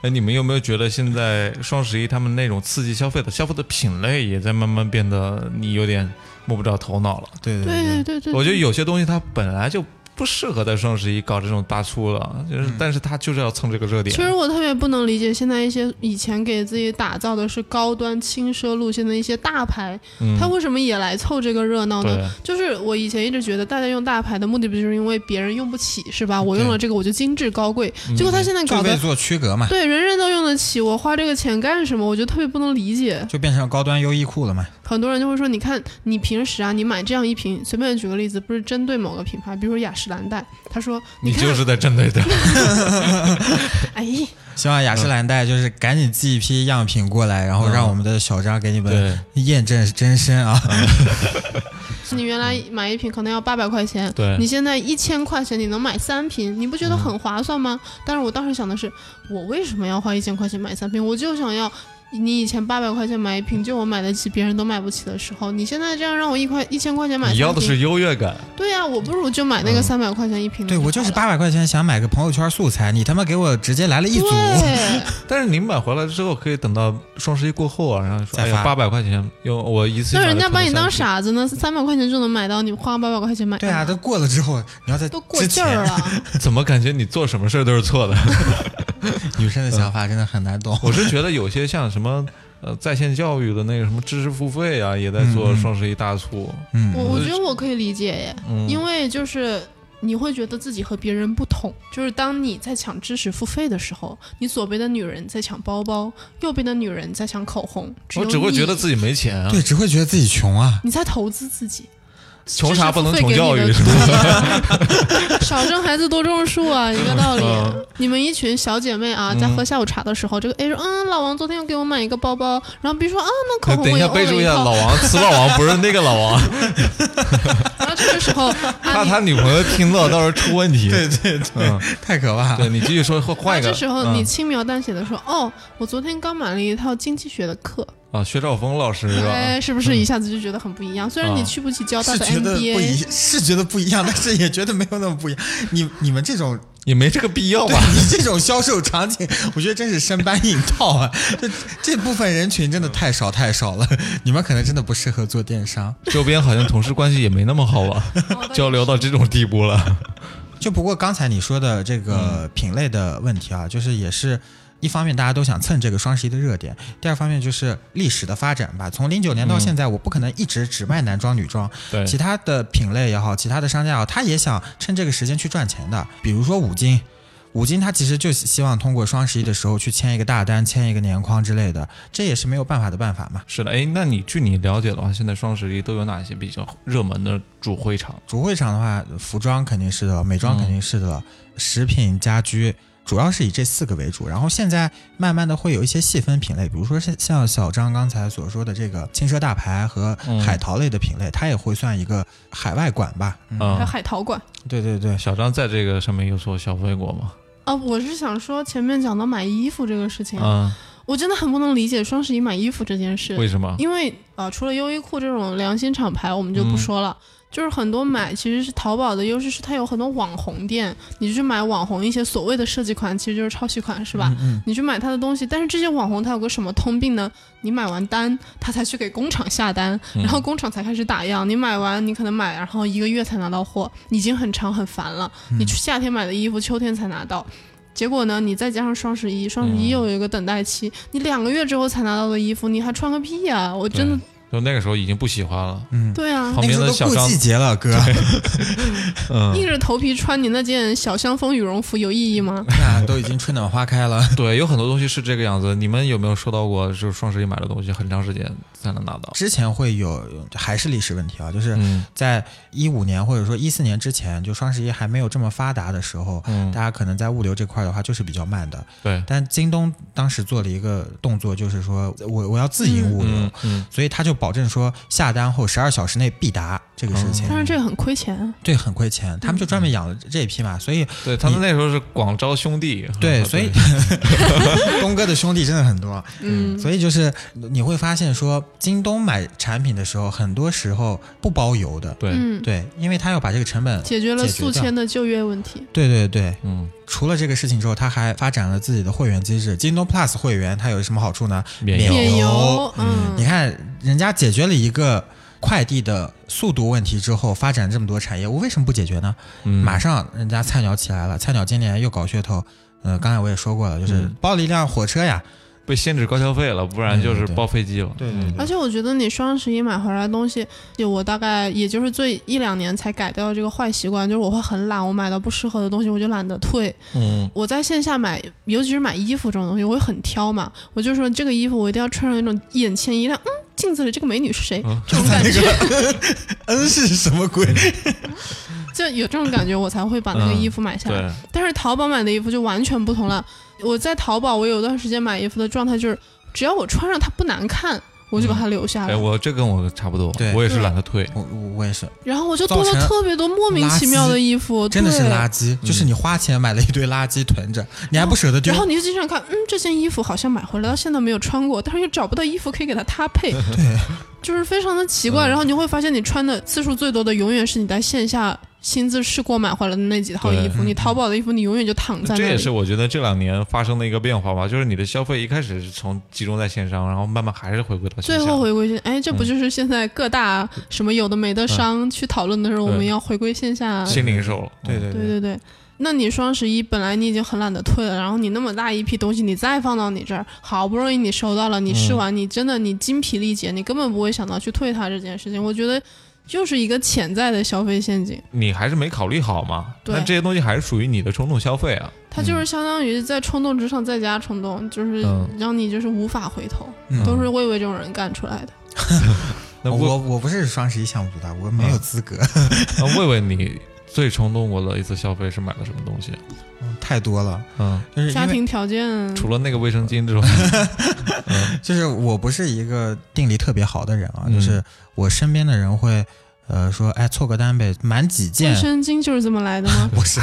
Speaker 3: 哎，你们有没有觉得现在双十一他们那种刺激消费的消费的品类也在慢慢变得你有点摸不着头脑了？
Speaker 2: 对
Speaker 1: 对对对对，
Speaker 3: 我觉得有些东西它本来就不适合在双十一搞这种大促了，就是但是它就是要蹭这个热点
Speaker 1: 其。实我特别不能理解，现在一些以前给自己打造的是高端轻奢路线的一些大牌，
Speaker 3: 嗯，
Speaker 1: 他为什么也来凑这个热闹呢？
Speaker 3: 对，
Speaker 1: 就是我以前一直觉得大家用大牌的目的，不就是因为别人用不起，是吧？我用了这个我就精致高贵，
Speaker 3: 嗯
Speaker 1: 结果他现在
Speaker 2: 就
Speaker 1: 搞
Speaker 2: 为
Speaker 1: 的
Speaker 2: 做区隔嘛，
Speaker 1: 对人人都用得起，我花这个钱干什么？我就特别不能理解。
Speaker 2: 就变成高端优衣库了嘛。
Speaker 1: 很多人就会说，你看你平时啊，你买这样一瓶，随便举个例子，不是针对某个品牌，比如说雅诗兰黛，他说
Speaker 3: 你
Speaker 1: 看，
Speaker 3: 就是在针对的。
Speaker 1: 哎，
Speaker 2: 希望雅诗兰黛就是赶紧寄一批样品过来，然后让我们的小张给你们
Speaker 3: 对，
Speaker 2: 验证真身啊。
Speaker 1: 你原来买一瓶可能要八百块钱，
Speaker 3: 对
Speaker 2: 嗯
Speaker 1: 你现在一千块钱你能买三瓶，你不觉得很划算吗？但是我当时想的是，我为什么要花一千块钱买三瓶？我就想要你以前八百块钱买一瓶，就我买得起，别人都买不起的时候，你现在这样让我一块
Speaker 2: 嗯
Speaker 1: 一千块钱买三
Speaker 3: 你
Speaker 1: 瓶，
Speaker 3: 要的是优越感。
Speaker 1: 对呀、我不如就买那个三百块钱一瓶的
Speaker 2: 嗯对
Speaker 1: 好了、
Speaker 2: 我就是八百块钱想买个朋友圈素材，你他妈给我直接来了一组。
Speaker 1: 对，
Speaker 3: 但是你买回来之后，可以等到双十一过后啊，然后说，
Speaker 2: 再
Speaker 3: 哎
Speaker 2: 发
Speaker 3: 呀，八百块钱，用我一次性
Speaker 1: 那
Speaker 3: 买了
Speaker 1: 人家把你
Speaker 3: 可能
Speaker 1: 当
Speaker 3: 三
Speaker 1: 傻子呢，三百块钱就能买到，你花八百块钱买
Speaker 2: 对啊，
Speaker 1: 干嘛
Speaker 2: 都过了之后，你要在
Speaker 1: 都过劲儿了，
Speaker 3: 瓶，怎么感觉你做什么事儿都是错的？
Speaker 2: 女生的想法真的很难懂。
Speaker 3: 我是觉得有些像什么呃在线教育的那个什么知识付费啊，也在做
Speaker 2: 嗯嗯
Speaker 3: 双十一大促。
Speaker 2: 嗯，
Speaker 1: 我我觉得我可以理解耶，
Speaker 3: 嗯，
Speaker 1: 因为就是你会觉得自己和别人不同，就是当你在抢知识付费的时候，你左边的女人在抢包包，右边的女人在抢口红，
Speaker 3: 我只会觉得自
Speaker 1: 己
Speaker 3: 己没钱啊，
Speaker 2: 对，只会觉得自己穷啊。
Speaker 1: 你在投资自己。
Speaker 3: 穷啥不能
Speaker 1: 知识付费
Speaker 3: 穷教
Speaker 1: 给你
Speaker 3: 育
Speaker 1: 的
Speaker 3: 是吧？
Speaker 1: 少生孩子多种树啊，一个道理
Speaker 3: 嗯。
Speaker 1: 你们一群小姐妹啊，
Speaker 3: 嗯
Speaker 1: 在喝下午茶的时候，这个 A 说：“嗯，老王昨天又给我买一个包包。”然后 B 说：“啊，那口红
Speaker 3: 等
Speaker 1: 我
Speaker 3: 一
Speaker 1: 也
Speaker 3: 下
Speaker 1: 欧
Speaker 3: 备注
Speaker 1: 了
Speaker 3: 一
Speaker 1: 一
Speaker 3: 下，老
Speaker 1: 套。
Speaker 3: 王吃老王不是那个老 王，”
Speaker 1: 然后这个 时候，啊
Speaker 3: 怕
Speaker 1: 阿
Speaker 3: 他女朋友听到到时候出问题。对
Speaker 2: 对
Speaker 3: 嗯，
Speaker 2: 太可怕
Speaker 3: 对
Speaker 2: 了。
Speaker 3: 你继续说，换换一个。
Speaker 1: 啊这时候
Speaker 3: 嗯
Speaker 1: 你轻描淡写的说：“哦，我昨天刚买了一套经济学的课。”
Speaker 3: 啊，薛兆丰老师是吧？嗯啊
Speaker 1: 哎，是不是一下子就觉得很不一样？虽然你去不起交大
Speaker 2: 是
Speaker 1: 的
Speaker 2: 觉得不一
Speaker 1: NBA，，
Speaker 2: 是觉得不一样，但是也觉得没有那么不一样。你你们这 种，
Speaker 3: 也没这个必要
Speaker 2: 对
Speaker 3: 吧？
Speaker 2: 你这种销售场景，我觉得真是生搬硬套啊！这这部分人群真的太少太少了，你们可能真的不适合做电商。
Speaker 3: 周边好像同事关系也没那么好吧？交流到这种地步了，
Speaker 2: 就不过刚才你说的这个品类的问题啊，就是也是一方面大家都想蹭这个双十一的热点，第二方面就是历史的发展吧。从零九年到现在，我不可能一直只卖男装女装，
Speaker 3: 对
Speaker 2: 其他的品类也好，其他的商家也好，他也想趁这个时间去赚钱的，比如说五金。五金它其实就希望通过双十一的时候去签一个大单、签一个年框之类的，这也是没有办法的办法嘛。
Speaker 3: 是的，哎，那你据你了解的话，现在双十一都有哪些比较热门的主会场？
Speaker 2: 主会场的话，服装肯定是的，美妆肯定是的，食品、家居主要是以这四个为主。然后现在慢慢的会有一些细分品类，比如说像像小张刚才所说的这个轻奢大牌和
Speaker 3: 嗯
Speaker 2: 海淘类的品类，它也会算一个海外馆吧。嗯，
Speaker 1: 还有
Speaker 3: 啊、
Speaker 1: 海淘馆
Speaker 2: 对对对，
Speaker 3: 小张在这个上面有所消费过吗？
Speaker 1: 啊！我是想说前面讲到买衣服这个事情，
Speaker 3: 啊、
Speaker 1: 我真的很不能理解双十一买衣服这件事，
Speaker 3: 为什么？嗯
Speaker 1: 因为啊、呃除了优衣库这种良心厂牌，我们就不说了。就是很多买其实是淘宝的优势是它有很多网红店，你去买网红一些所谓的设计款，其实就是抄袭款，是吧？
Speaker 2: 嗯
Speaker 1: 你去买他的东西，但是这些网红他有个什么通病呢？你买完单，他才去给工厂下单，然后工厂才开始打样。你买完，你可能买，然后一个月才拿到货，已经很长很烦了。你去夏天买的衣服，秋天才拿到。结果呢？你再加上双十一，双十一又有一个等待期，你两个月之后才拿到的衣服，你还穿个屁呀、我真的
Speaker 3: 就那个时候已经不喜欢了。
Speaker 2: 嗯，
Speaker 1: 对啊
Speaker 3: 好，
Speaker 2: 那个时候都过季节了，哥，
Speaker 3: 嗯，
Speaker 1: 硬着头皮穿你那件小香风羽绒服有意义吗？
Speaker 2: 那都已经春暖花开了。
Speaker 3: 对，有很多东西是这个样子。你们有没有收到过，就是双十一买的东西，很长时间才能拿到？
Speaker 2: 之前会有，还是历史问题啊，就是
Speaker 3: 嗯
Speaker 2: 在一五年或者说一四年之前，就双十一还没有这么发达的时候，
Speaker 3: 嗯
Speaker 2: 大，家可能在物流这块的话就是比较慢的。
Speaker 3: 对，
Speaker 2: 但京东当时做了一个动作，就是说我我要自营物流，
Speaker 3: 嗯嗯，
Speaker 2: 所以他就保证说下单后十二小时内必达这个事情。
Speaker 3: 嗯
Speaker 1: 但是这个很亏钱啊。
Speaker 2: 对，很亏钱，他们就专门养了这一批
Speaker 3: 嗯
Speaker 2: 嘛，所以
Speaker 3: 对他们那时候是广招兄弟，啊
Speaker 2: 对，所以 东哥的兄弟真的很多，
Speaker 1: 嗯，
Speaker 2: 所以就是你会发现说，京东买产品的时候，很多时候不包邮的，
Speaker 3: 对，
Speaker 1: 嗯，
Speaker 2: 对，因为他要把这个成本，
Speaker 1: 解决了
Speaker 2: 解决
Speaker 1: 宿
Speaker 2: 掉
Speaker 1: 迁的就业问题。
Speaker 2: 对对对。
Speaker 3: 嗯，
Speaker 2: 除了这个事情之后，他还发展了自己的会员机制，京东 Plus 会员它有什么好处呢？
Speaker 3: 免
Speaker 2: 邮。
Speaker 3: 邮
Speaker 1: 免邮，嗯，
Speaker 2: 你看人家解决了一个快递的速度问题之后，发展这么多产业，我为什么不解决呢？
Speaker 3: 嗯
Speaker 2: 马上人家菜鸟起来了，菜鸟今年又搞噱头。呃，刚才我也说过了，就是
Speaker 3: 嗯
Speaker 2: 包了一辆火车呀。
Speaker 3: 被限制高消费了，不然就是
Speaker 2: 对对对
Speaker 3: 报废机了。嗯
Speaker 1: 而且我觉得你双十一买回来的东西，就我大概也就是最一两年才改掉这个坏习惯，就是我会很懒，我买到不适合的东西我就懒得退。
Speaker 3: 嗯
Speaker 1: 我在线下买，尤其是买衣服这种东西，我会很挑嘛，我就说这个衣服我一定要穿上一种眼前一亮，嗯，镜子里这个美女是谁？
Speaker 3: 嗯
Speaker 1: 这种感觉，
Speaker 2: 嗯是什么鬼？
Speaker 1: 就有这种感觉，我才会把那个
Speaker 3: 嗯
Speaker 1: 衣服买下来。
Speaker 3: 对，
Speaker 1: 但是淘宝买的衣服就完全不同了。我在淘宝，我有段时间买衣服的状态就是，只要我穿上它不难看，我就把它留下来。
Speaker 3: 哎，我这跟我差不多
Speaker 2: 对，
Speaker 3: 嗯我也是懒 得退。
Speaker 2: 我我我也是，
Speaker 1: 然后我就多
Speaker 2: 造成
Speaker 1: 了特别多莫名其妙的衣服，
Speaker 2: 真的是
Speaker 1: 对
Speaker 2: 垃圾，就是你花钱买了一堆垃圾囤着，你还不舍得丢
Speaker 1: 然。后你就经常看，嗯，这件衣服好像买回来到现在没有穿过，但是又找不到衣服可以给它搭配，对，就是非常的奇怪。
Speaker 3: 嗯
Speaker 1: 然后你会发现，你穿的次数最多的永远是你在线下亲自试过买回来的那几套衣服，
Speaker 2: 对
Speaker 1: 你淘宝的衣服你永远就躺在
Speaker 3: 这
Speaker 1: 那
Speaker 3: 也
Speaker 1: 里。
Speaker 3: 是我觉得这两年发生的一个变化吧，就是你的消费一开始是从集中在线上，然后慢慢还是回归到线
Speaker 1: 最
Speaker 3: 下。
Speaker 1: 后回归线，哎，这不
Speaker 3: 嗯
Speaker 1: 就是现在各大什么有的没的商去讨论的时候，我
Speaker 3: 对
Speaker 1: 们要回归线下？
Speaker 3: 新零售了，
Speaker 2: 嗯
Speaker 3: 嗯
Speaker 2: 对对
Speaker 1: 对对对。那你双十一本来你已经很懒得退了，然后你那么大一批东西，你再放到你这儿，好不容易你收到了，你
Speaker 2: 嗯
Speaker 1: 试完，你真的你精疲力竭，你根本不会想到去退它这件事情。我觉得就是一个潜在的消费陷阱，
Speaker 3: 你还是没考虑好嘛？
Speaker 1: 对
Speaker 3: 但这些东西还是属于你的冲动消费啊。
Speaker 1: 它
Speaker 2: 嗯
Speaker 1: 就是相当于在冲动之上再加冲动，就是
Speaker 3: 嗯
Speaker 1: 让你就是无法回头，
Speaker 2: 嗯
Speaker 1: 都是魏魏这种人干出来的。
Speaker 3: 那
Speaker 2: 哦我
Speaker 3: 魏
Speaker 2: 我不是双十一项目组的，我没有资格，
Speaker 3: 那魏魏，你最冲动过的一次消费是买的什么东西？啊
Speaker 2: 太多了。
Speaker 3: 嗯，
Speaker 2: 就是
Speaker 1: 家
Speaker 2: 因为
Speaker 1: 庭条件，
Speaker 3: 除了那个卫生 巾之外，
Speaker 2: 就是我不是一个定力特别好的人啊，
Speaker 3: 嗯
Speaker 2: 就是我身边的人会呃说，哎，凑个单呗，满几
Speaker 1: 卫
Speaker 2: 件。？
Speaker 1: 生巾就是这么来的吗
Speaker 2: 不是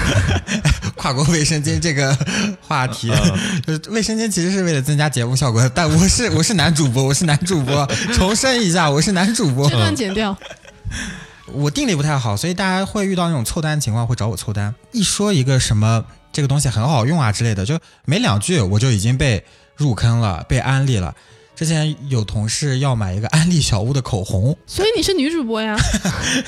Speaker 2: 跨国卫生间这个话题， 就是卫生间其实是为了增加节目效果的，但我是我是男主播，我是男主播，重申一 下，我是男主播
Speaker 1: 这，段剪掉。
Speaker 2: 我定力不太好，所以大家会遇到那种凑单情况，会找我凑单。一说一个什么这个东西很好用啊之类的，就没两句我就已经被入坑了，被安利了。之前有同事要买一个安利小屋的口红，
Speaker 1: 所以你是女主播呀？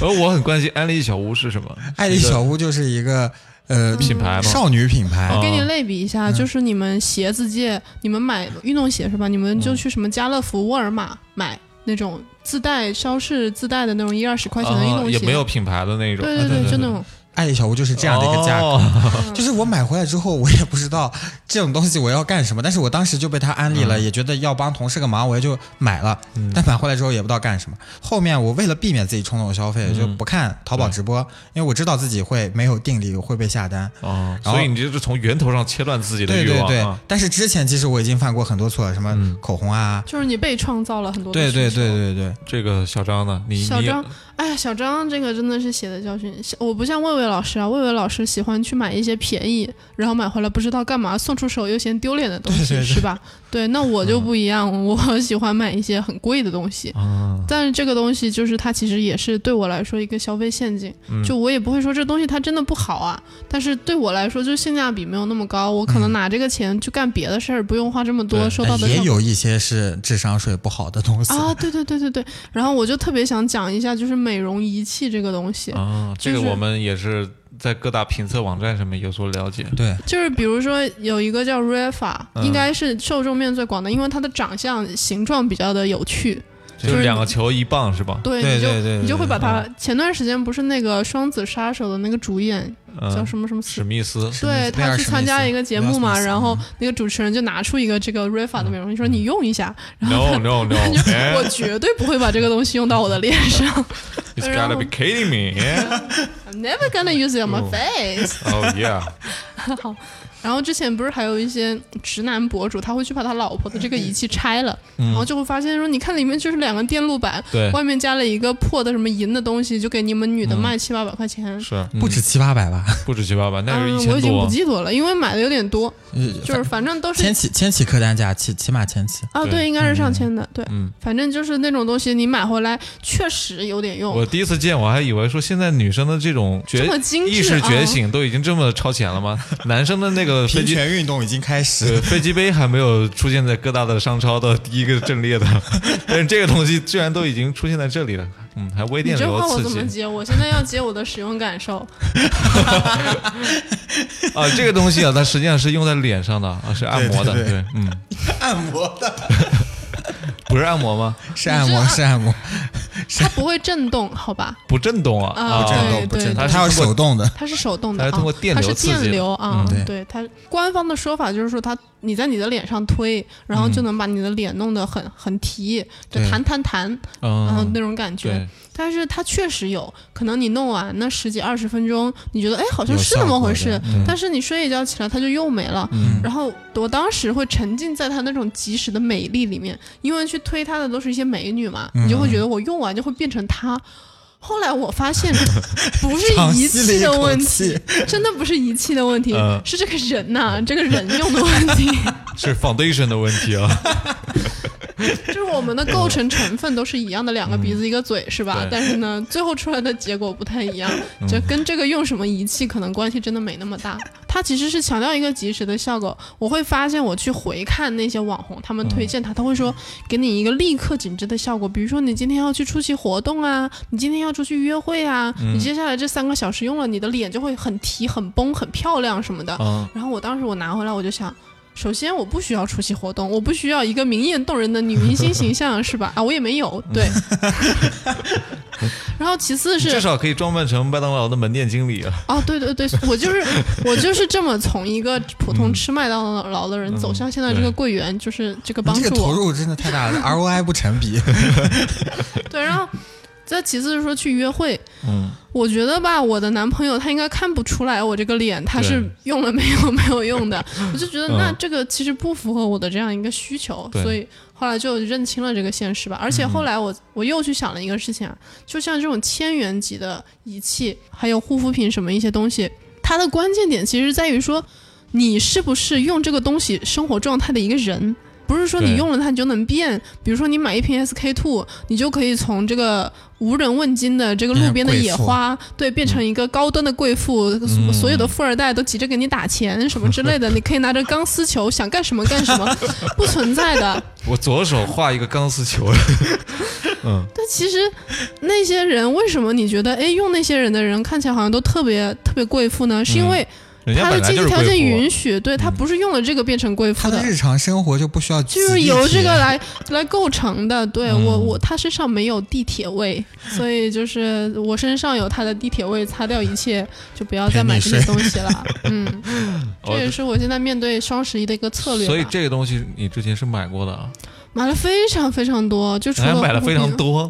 Speaker 3: 而我很关心安利小屋是什么？
Speaker 2: 安利小屋就是一个呃
Speaker 3: 品牌吗
Speaker 2: 少女品牌，
Speaker 1: 我给你
Speaker 3: 哦
Speaker 1: 类比一下，就是你们鞋子界，你们买运动鞋是吧？你们
Speaker 3: 嗯
Speaker 1: 就去什么家乐福、沃尔玛买那种自带超市自带的那种一二十块钱的运
Speaker 3: 啊
Speaker 1: 动鞋，
Speaker 3: 也没有品牌的那种，
Speaker 1: 对
Speaker 3: 啊
Speaker 1: 对，就那种。嗯
Speaker 2: 爱丽小屋就是这样的一个价格。
Speaker 3: 哦
Speaker 2: 就是我买回来之后，我也不知道这种东西我要干什么，但是我当时就被他安利了，也觉得要帮同事个忙，我也就买了。
Speaker 3: 嗯
Speaker 2: 但买回来之后也不知道干什么。后面我为了避免自己冲动消费，
Speaker 3: 嗯
Speaker 2: 就不看淘宝直播，因为我知道自己会没有定力，会被下单。
Speaker 3: 哦，
Speaker 2: 然后
Speaker 3: 所以你就是从源头上切断自己的
Speaker 2: 对
Speaker 3: 欲
Speaker 2: 对
Speaker 3: 望
Speaker 2: 对
Speaker 3: 啊。，
Speaker 2: 但是之前其实我已经犯过很多错了，什么
Speaker 3: 嗯
Speaker 2: 口红啊，
Speaker 1: 就是你被创造了很多的
Speaker 2: 对对
Speaker 1: 需求
Speaker 2: 对对对，
Speaker 3: 这个小张呢？你
Speaker 1: 小
Speaker 3: 你
Speaker 1: 张，哎呀，小张这个真的是血的教训。小我不像魏魏老师啊，魏魏老师喜欢去买一些便宜，然后买回来不知道干嘛，送出手又嫌丢脸的东西，
Speaker 2: 对对对
Speaker 1: 是吧？对，那我
Speaker 3: 嗯
Speaker 1: 就不一样，我喜欢买一些很贵的东西。
Speaker 3: 啊，
Speaker 1: 但是这个东西就是它其实也是对我来说一个消费陷阱，
Speaker 3: 嗯
Speaker 1: 就我也不会说这东西它真的不好啊，但是对我来说就性价比没有那么高，我可能拿这个钱去干别的事儿，不用花这么多
Speaker 3: 对
Speaker 1: 收到的
Speaker 2: 哎也
Speaker 1: 上
Speaker 2: 有一些是智商税不好的东西。
Speaker 1: 啊，对对对对对，然后我就特别想讲一下就是美容仪器这个东西，
Speaker 2: 嗯
Speaker 3: 啊，这个
Speaker 1: 就是
Speaker 3: 我们也是在各大评测网站上面有所了解。
Speaker 2: 对，
Speaker 1: 就是比如说有一个叫 Refa，、
Speaker 3: 嗯
Speaker 1: 应该是受众面最广的，因为它的长相形状比较的有趣。
Speaker 3: 就
Speaker 1: 就是是
Speaker 3: 两个球一棒是吧？
Speaker 1: 对，
Speaker 2: 对
Speaker 1: 你就
Speaker 2: 对对对
Speaker 1: 你就会
Speaker 2: 对
Speaker 1: 把它。前段时间不是那个《双子杀手》的那个主演叫
Speaker 3: 嗯，
Speaker 1: 什么什么
Speaker 3: 史
Speaker 1: 斯？
Speaker 3: 密斯，
Speaker 2: 史密
Speaker 1: 对
Speaker 2: 斯威
Speaker 1: 他
Speaker 2: 尔
Speaker 1: 去
Speaker 2: 史密
Speaker 1: 参加
Speaker 2: 斯
Speaker 1: 一个节
Speaker 2: 威尔
Speaker 1: 目
Speaker 2: 史
Speaker 1: 嘛，
Speaker 2: 密斯
Speaker 1: 然后
Speaker 2: 嗯
Speaker 1: 那个主持人就拿出一个这个 Refa
Speaker 3: 嗯
Speaker 1: 的美容仪说：“你用一下。
Speaker 3: No no no！ 哎
Speaker 1: 他就”我
Speaker 3: man,
Speaker 1: 绝对不会把这个东西用到我的脸 上
Speaker 3: It's gotta be kidding me! yeah?
Speaker 1: ，I'm never gonna use it on my face。
Speaker 3: Oh yeah！
Speaker 1: 好，然后之前不是还有一些直男博主，他会去把他老婆的这个仪
Speaker 3: 嗯
Speaker 1: 器拆了，然后就会发现说，你看里面就是两个电路板，
Speaker 3: 对嗯
Speaker 1: 外面加了一个破的什么银的东西，就给你们女的卖七八百块钱。
Speaker 3: 是嗯
Speaker 2: 不止七八百吧，
Speaker 3: 不止七八百，那是
Speaker 1: 嗯
Speaker 3: 一，
Speaker 1: 我
Speaker 3: 千
Speaker 1: 已经
Speaker 3: 多啊
Speaker 1: 不。记得了，因为买的有点多，就是反正都
Speaker 2: 呃千
Speaker 1: 是
Speaker 2: 起千起客单价，起起码千起。
Speaker 1: 啊，
Speaker 3: 对
Speaker 1: 对，应该是上千的，对，
Speaker 3: 嗯
Speaker 1: 反正就是那种东西，你买回来确实有点用
Speaker 3: 我，第一次见，我还以为说现在女生的这种觉
Speaker 1: 这么精致
Speaker 3: 意识觉
Speaker 1: 啊
Speaker 3: 醒都已经这么超前了吗？男生的 那个飞机
Speaker 2: 运动已经开
Speaker 3: 对，，飞机杯还没有出现在各大的商超的第一个阵列的，但是这个东西居然都已经出现在这里了，嗯，还微
Speaker 1: 你
Speaker 3: 电
Speaker 1: 这
Speaker 3: 流
Speaker 1: 话我
Speaker 3: 刺
Speaker 1: 怎么
Speaker 3: 激
Speaker 1: 接？我现在要接我的使用感 受，
Speaker 3: 啊，这个东西啊，它实际上是用在脸上的 啊，是按摩的，
Speaker 2: 对对对
Speaker 3: 嗯，
Speaker 2: 按摩的
Speaker 3: 不是按摩吗？
Speaker 2: 是按摩是按摩，
Speaker 1: 哦它不会震动，好吧？
Speaker 3: 不震动啊，
Speaker 1: 啊
Speaker 3: 啊
Speaker 1: 不震动
Speaker 2: 震
Speaker 1: 对
Speaker 2: 动
Speaker 1: 不
Speaker 2: 不
Speaker 1: 震动
Speaker 2: 震
Speaker 1: 对
Speaker 2: 动，
Speaker 3: 它
Speaker 2: 它要
Speaker 3: 是通过
Speaker 2: 手动的。
Speaker 1: 它是手动的，
Speaker 3: 它
Speaker 1: 啊，
Speaker 3: 是通过电
Speaker 1: 它
Speaker 3: 流
Speaker 1: 是
Speaker 3: 刺激的
Speaker 1: 电流啊，
Speaker 2: 嗯
Speaker 1: 对它官方的说法就是说它你在你的脸上推，然
Speaker 3: 嗯
Speaker 1: 后就能把你的脸弄得很很提，就
Speaker 2: 对
Speaker 1: 弹弹弹，然后
Speaker 3: 嗯，
Speaker 1: 那种感觉。
Speaker 3: 对，
Speaker 1: 但是它确实有可能你弄完那十几二十分钟，你觉得哎好像
Speaker 2: 有
Speaker 1: 是那么
Speaker 2: 效果
Speaker 1: 回
Speaker 2: 的
Speaker 1: 事，
Speaker 2: 嗯
Speaker 1: 但是你睡一觉起来它就又没了。
Speaker 2: 嗯
Speaker 1: 然后我当时会沉浸在它那种即时的美丽里面，因为去推它的都是一些美女嘛，
Speaker 2: 嗯
Speaker 1: 你就会觉得我用完就会变成她。后来我发 现，不是
Speaker 2: 长
Speaker 1: 仪
Speaker 2: 吸了
Speaker 1: 器
Speaker 2: 一
Speaker 1: 的
Speaker 2: 口
Speaker 1: 问
Speaker 2: 气
Speaker 1: 题，真的不是仪器的问题，
Speaker 3: 嗯
Speaker 1: 是这个人呐、这个人用的问题，
Speaker 3: 是 foundation 的问题 啊，
Speaker 1: 就是我们的构成成分都是一样的，两个鼻子一个嘴，是吧
Speaker 3: 对？
Speaker 1: 但是呢，最后出来的结果不太一样，就跟这个用什么仪器可能关系真的没那么大。它其实是强调一个及时的效果。我会发现，我去回看那些网红，他们推荐它，他会说给你一个立刻紧致的效果，比如说你今天要去出席活动啊，你今天要出去约会啊，你接下来这三个小时用了，你的脸就会很提、很绷、很漂亮什么的。
Speaker 3: 嗯，
Speaker 1: 然后我当时我拿回来，我就想，首先我不需要出席活动，我不需要一个明艳动人的女明星形象，是 吧？啊，我也没有，对。然后其次
Speaker 3: 至
Speaker 1: 是
Speaker 3: 少可以装扮成麦当劳的门店经理啊，
Speaker 1: 哦，对对对，我就是我就是这么从一个普通吃麦当劳的人走向现在这个
Speaker 3: 对
Speaker 1: 柜员，就是这个
Speaker 2: 嗯你
Speaker 1: 帮
Speaker 2: 这个
Speaker 1: 助
Speaker 2: 投
Speaker 1: 我。
Speaker 2: 入真的太大 了，ROI 不成比。
Speaker 1: 对，然后再其次是说去约会，
Speaker 3: 嗯，
Speaker 1: 我觉得吧，我的男朋友他应该看不出来我这个脸他是
Speaker 3: 对
Speaker 1: 用了没有没有用 的，我就觉得
Speaker 3: 嗯
Speaker 1: 那这个其实不符合我的这样一个需求，
Speaker 3: 对嗯
Speaker 1: 所以后来就认清了这个现实吧。而且后来我我又去想了一个事情啊，就像这种千元级的仪器，还有护肤品什么一些东西，它的关键点其实在于说你是不是用这个东西生活状态的一个人。不是说你
Speaker 3: 对
Speaker 1: 用了它你就能变，比如说你买一瓶 SK two，你就可以从这个无人问津的这个
Speaker 3: 哎
Speaker 1: 路边的野花，对，变
Speaker 3: 嗯
Speaker 1: 成一个高端的贵妇，所所有的富二代都急着给你打钱什么之类的，你可以拿着钢丝球想干什么干什么，不存在的。
Speaker 3: 我左手画一个钢丝球，嗯，
Speaker 1: 但其实那些人为什么你觉得哎用那些人的人看起来好像都特别特别贵妇呢？是因为
Speaker 3: 嗯人家
Speaker 1: 他的
Speaker 3: 本来
Speaker 1: 经
Speaker 3: 就
Speaker 1: 济
Speaker 3: 是
Speaker 1: 条件
Speaker 3: 贵嗯
Speaker 1: 允许，对他不是用了这个变成贵妇
Speaker 2: 他的
Speaker 1: 的。
Speaker 2: 日常生活就不需要挤
Speaker 1: 就
Speaker 2: 地铁，
Speaker 1: 是由这个来来构成的，对、我
Speaker 3: 嗯
Speaker 1: 我他身上没有地铁味，所以就是我身上有他的地铁味，擦掉一切，就不要再买这些东西了。嗯，
Speaker 3: 妇，
Speaker 1: 这
Speaker 3: 哦
Speaker 1: 也是我现在面对双十一的一个策略吧。啊
Speaker 3: 所以这个东西你之前是买过的啊，
Speaker 1: 买了非常非常多，就除
Speaker 3: 还
Speaker 1: 了
Speaker 3: 哎买了非常多，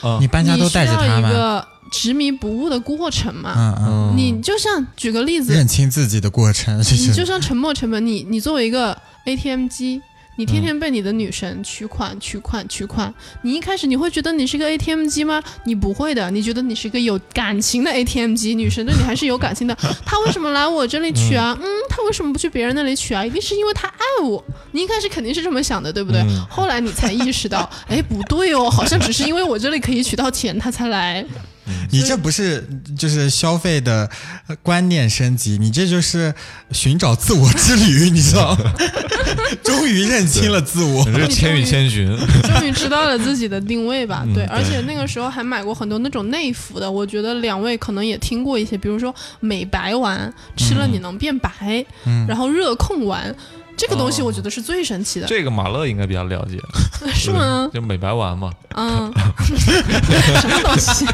Speaker 3: 啊
Speaker 2: 你，搬家都带着它
Speaker 1: 你需要一
Speaker 2: 吗？
Speaker 1: 个执迷不悟的过程嘛。
Speaker 2: 嗯嗯，
Speaker 3: 嗯
Speaker 1: 你就像举个例子，
Speaker 2: 认清自己的过程，这
Speaker 1: 嗯你就是像沉没成本，你你作为一个 ATM 机，你天天被你的女神取款、取款、取款，你一开始你会觉得你是个 ATM 机吗？你不会的，你觉得你是一个有感情的 ATM 机，女神对你还是有感情的。 她为什么来我这里取啊？嗯，她为什么不去别人那里取啊？一定是因为她爱我。你一开始肯定是这么想的，对不对？
Speaker 3: 嗯
Speaker 1: 后来你才意识到，哎，不对哦，好像只是因为我这里可以取到钱，她才来。
Speaker 2: 你这不是就是消费的呃观念升级，你这就是寻找自我之旅，你知 道吗？终于认清了自我，
Speaker 3: 这是《千与千寻》
Speaker 1: 终于知道了自己的定位吧？对，
Speaker 3: 对
Speaker 1: 而且那个时候还买过很多那种内服的，我觉得两位可能也听过一些，比如说美白丸，吃了你能变白，然后热控丸。这个东西我觉得是最神奇的，
Speaker 3: 这个马乐应该比较了解，
Speaker 1: 是 吗？
Speaker 3: 就美白丸嘛，
Speaker 1: 嗯，什么东西？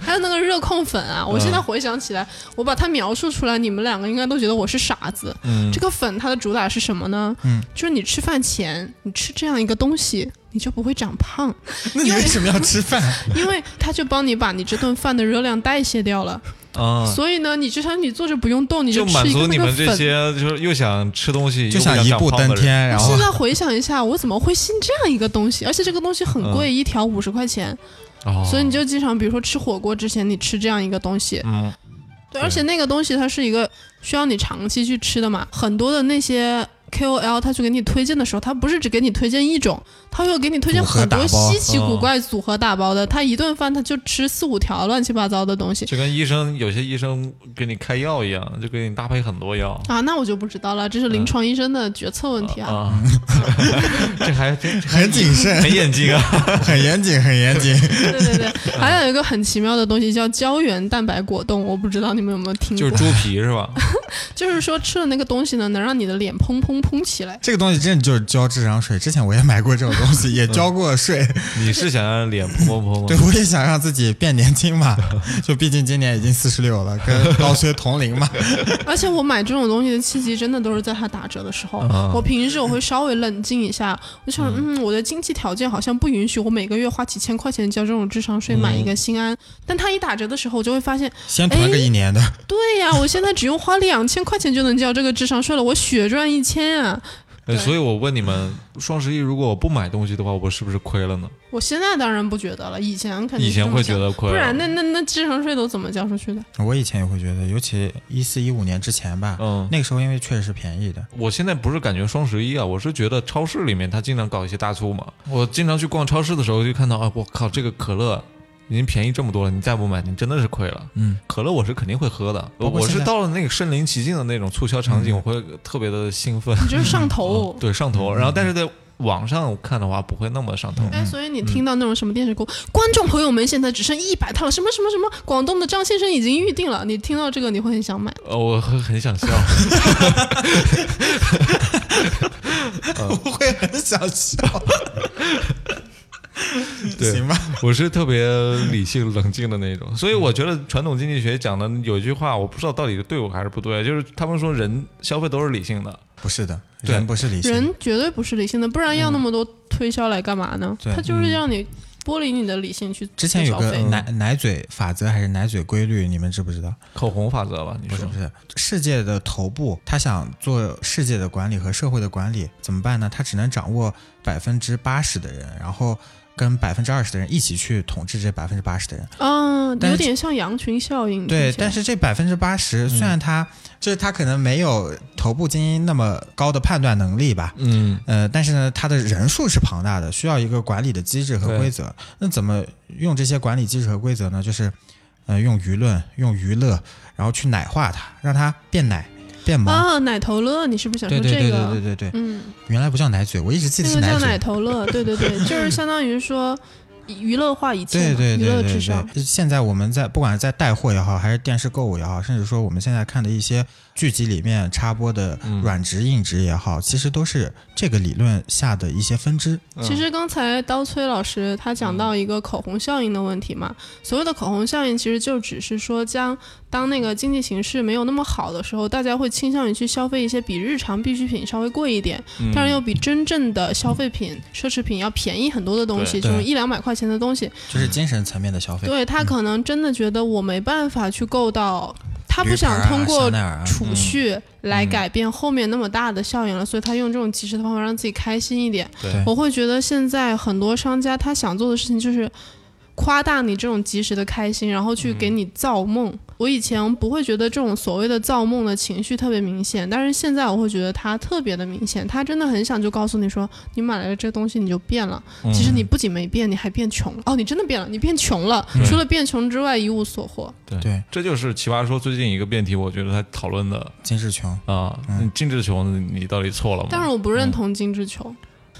Speaker 1: 还有那个热控粉啊，我现在回想起来，我把它描述出来，你们两个应该都觉得我是傻子。
Speaker 3: 嗯
Speaker 1: 这个粉它的主打是什么呢？
Speaker 2: 嗯，
Speaker 1: 就是你吃饭前你吃这样一个东西，你就不会长胖，
Speaker 2: 那你为什么要吃饭？
Speaker 1: 因为它就帮你把你这顿饭的热量代谢掉了。
Speaker 3: 啊，
Speaker 1: 所以呢，你就像你坐着不用动，你
Speaker 3: 就满
Speaker 1: 吃一
Speaker 3: 足
Speaker 1: 个
Speaker 3: 你
Speaker 1: 那个
Speaker 3: 们这
Speaker 1: 粉。
Speaker 3: 些就是又想吃东西，
Speaker 2: 就
Speaker 3: 又不
Speaker 2: 想
Speaker 3: 想
Speaker 2: 一
Speaker 3: 长
Speaker 2: 步
Speaker 3: 胖
Speaker 2: 登
Speaker 3: 的人，
Speaker 2: 天，然后
Speaker 1: 现在回想一下，我怎么会信这样一个东西？而且这个东西很贵，一条五十块钱，
Speaker 3: 嗯哦
Speaker 1: 所以你就经常，比如说吃火锅之前，你吃这样一个东西，
Speaker 3: 嗯
Speaker 1: 对，而且那个东西它是一个需要你长期去吃的嘛，很多的那些 KOL 他去给你推荐的时候，他不是只给你推荐一种，他会给你推荐很多
Speaker 2: 组合打包
Speaker 1: 稀奇古
Speaker 3: 嗯
Speaker 1: 怪组合打包的，他一顿饭他就吃四五条乱七八糟的东西
Speaker 3: 就跟医生有些医生给你开药一样，就给你搭配很多药
Speaker 1: 啊，那我就不知道了，这是临床医生的决策问题啊。
Speaker 3: 嗯 啊，这还真
Speaker 2: 很谨慎，
Speaker 3: 很眼睛 啊，
Speaker 2: 很严谨，很严谨。
Speaker 1: 对对对，还有一个很奇妙的东西叫胶原蛋白果冻，我不知道你们有没有听
Speaker 3: 就
Speaker 1: 过，
Speaker 3: 是猪皮是吧？
Speaker 1: 就是说吃了那个东西呢，能让你的脸砰砰砰起来。
Speaker 2: 这个东西真的就是交智商税。之前我也买过这种东西，也交过税。
Speaker 3: 你是想让脸砰砰砰吗
Speaker 2: 对，？我也想让自己变年轻嘛，就毕竟今年已经四十六了，跟老崔同龄嘛。
Speaker 1: 而且我买这种东西的契机，真的都是在它打折的时候。
Speaker 3: 啊
Speaker 1: 我平时我会稍微冷静一下，我想，嗯，我的经济条件好像不允许我每个月花几千块钱交这种智商税买一
Speaker 3: 嗯
Speaker 1: 个心安。但它一打折的时候，我就会发现，
Speaker 2: 先囤个一年的，
Speaker 1: 对呀，我现在只用花两千块钱就能交这个智商税了，我血赚一千啊！
Speaker 3: 呃所以我问你们，双十一如果我不买东西的话，我是不是亏了呢？
Speaker 1: 我现在当然不觉得了，以前肯定
Speaker 3: 以
Speaker 1: 是这
Speaker 3: 前
Speaker 1: 么
Speaker 3: 会觉
Speaker 1: 想。
Speaker 3: 得亏啊
Speaker 1: 不
Speaker 3: 了，
Speaker 1: 然那那那智商税都怎么交出去的？
Speaker 2: 我以前也会觉得，尤其一四一五年之前吧，
Speaker 3: 嗯，
Speaker 2: 那个时候因为确实是便宜的，
Speaker 3: 我现在不是感觉双十一啊，我是觉得超市里面他经常搞一些大促嘛。我经常去逛超市的时候，就看到啊，我靠，这个可乐已经便宜这么多了，你再不买，你真的是亏了。
Speaker 2: 嗯，
Speaker 3: 可乐我是肯定会喝的，我
Speaker 2: 包括
Speaker 3: 我
Speaker 2: 现在嗯
Speaker 3: 是到了那个身临其境的那种促销场景，我会特别的兴奋，
Speaker 1: 你就是上头。
Speaker 3: 对上头。然后但是在网上看的话，不会那么上头。
Speaker 2: 嗯
Speaker 1: 哎，所以你听到那种什么电视购物，观众朋友们现在只剩一百套了，什么什么什么，广东的张先生已经预定了。你听到这个，你会很想买。
Speaker 3: 呃，我很 很想笑，
Speaker 2: 我会很想笑。
Speaker 3: 对
Speaker 2: 行吧，
Speaker 3: 我是特别理性冷静的那种，所以我觉得传统经济学讲的有一句话，我不知道到底是对我还是不对，就是他们说人消费都是理性的，
Speaker 2: 不是的，
Speaker 3: 对
Speaker 2: 人不是理性的。
Speaker 1: 人绝对不是理性的，不然要那么多推销来干嘛呢？
Speaker 2: 对
Speaker 1: 他就是让你剥离你的理性去
Speaker 2: 之前有
Speaker 1: 消
Speaker 2: 个
Speaker 1: 费
Speaker 2: 奶奶嘴法则还是奶嘴规律，你们知不知道？
Speaker 3: 口红法则吧？你
Speaker 2: 不是
Speaker 3: 说
Speaker 2: 不是，世界的头部他想做世界的管理和社会的管理，怎么办呢？他只能掌握百分之八十的人，然后跟百分之二十的人一起去统治这百分之八十的人。
Speaker 1: 啊，
Speaker 2: 但
Speaker 1: 有
Speaker 2: 是
Speaker 1: 点像羊群效应。
Speaker 2: 对，
Speaker 1: 听起来
Speaker 2: 但是这百分之八
Speaker 3: 嗯
Speaker 2: 十，虽然他、就是他可能没有头部精英那么高的判断能力吧，
Speaker 3: 嗯，
Speaker 2: 呃，但是呢，它的人数是庞大的，需要一个管理的机制和
Speaker 3: 对
Speaker 2: 规则。那怎么用这些管理机制和规则呢？就是，呃，用舆论、用娱乐，然后去奶化它，让它变奶、变萌。
Speaker 1: 啊，奶头乐，你是不是想
Speaker 2: 对
Speaker 1: 说
Speaker 2: 对
Speaker 1: 这
Speaker 2: 对对对
Speaker 1: 个？
Speaker 2: 对对，
Speaker 1: 嗯，
Speaker 2: 原来不叫奶嘴，我一直记得
Speaker 1: 那
Speaker 2: 是
Speaker 1: 个叫
Speaker 2: 嘴
Speaker 1: 奶。头乐，对对 对，就是相当于说娱乐化一切
Speaker 2: 对
Speaker 1: 嘛，
Speaker 2: 对
Speaker 1: 娱乐
Speaker 2: 对
Speaker 1: 至
Speaker 2: 对
Speaker 1: 上。
Speaker 2: 对，现在我们在不管是在带货也好，还是电视购物也好，甚至说我们现在看的一些剧集里面插播的
Speaker 3: 嗯
Speaker 2: 软植、硬植也好，其实都是这个理论下的一些分支。
Speaker 1: 其实刚才刀崔老师他讲到一个口红效应的问题嘛，所谓的口红效应其实就只是说将当那个经济形势没有那么好的时候，大家会倾向于去消费一些比日常必需品稍微贵一点，
Speaker 3: 嗯
Speaker 1: 但是又比真正的消费品、奢侈品要便宜很多的东西，
Speaker 3: 对
Speaker 1: 这种
Speaker 2: 对嗯
Speaker 1: 一两百块钱的东西，
Speaker 2: 就是
Speaker 3: 嗯
Speaker 2: 精神层面的消费，
Speaker 1: 对他可能真的觉得我没办法去购到，他
Speaker 2: 驴
Speaker 1: 不想
Speaker 2: 牌啊
Speaker 1: 通过
Speaker 2: 香奈儿啊
Speaker 1: 储蓄来改变后面那么大的效应了，所以他用这种及时的方法让自己开心一点。
Speaker 3: 对
Speaker 1: 我会觉得现在很多商家他想做的事情就是夸大你这种及时的开心，然后去给你造梦。我以前不会觉得这种所谓的造梦的情绪特别明显，但是现在我会觉得它特别的明显。他真的很想就告诉你说，你买了这东西你就变了，
Speaker 3: 嗯
Speaker 1: 其实你不仅没变，你还变穷了。哦，你真的变了，你变穷了，除了变穷之外一无所获。
Speaker 2: 对，
Speaker 3: 这就是奇葩说最近一个辩题，我觉得他讨论的
Speaker 2: 金志琼。
Speaker 3: 啊，
Speaker 1: 嗯
Speaker 3: 你金志琼你到底错了吗？
Speaker 1: 但是我不
Speaker 3: 嗯
Speaker 1: 认同精致穷。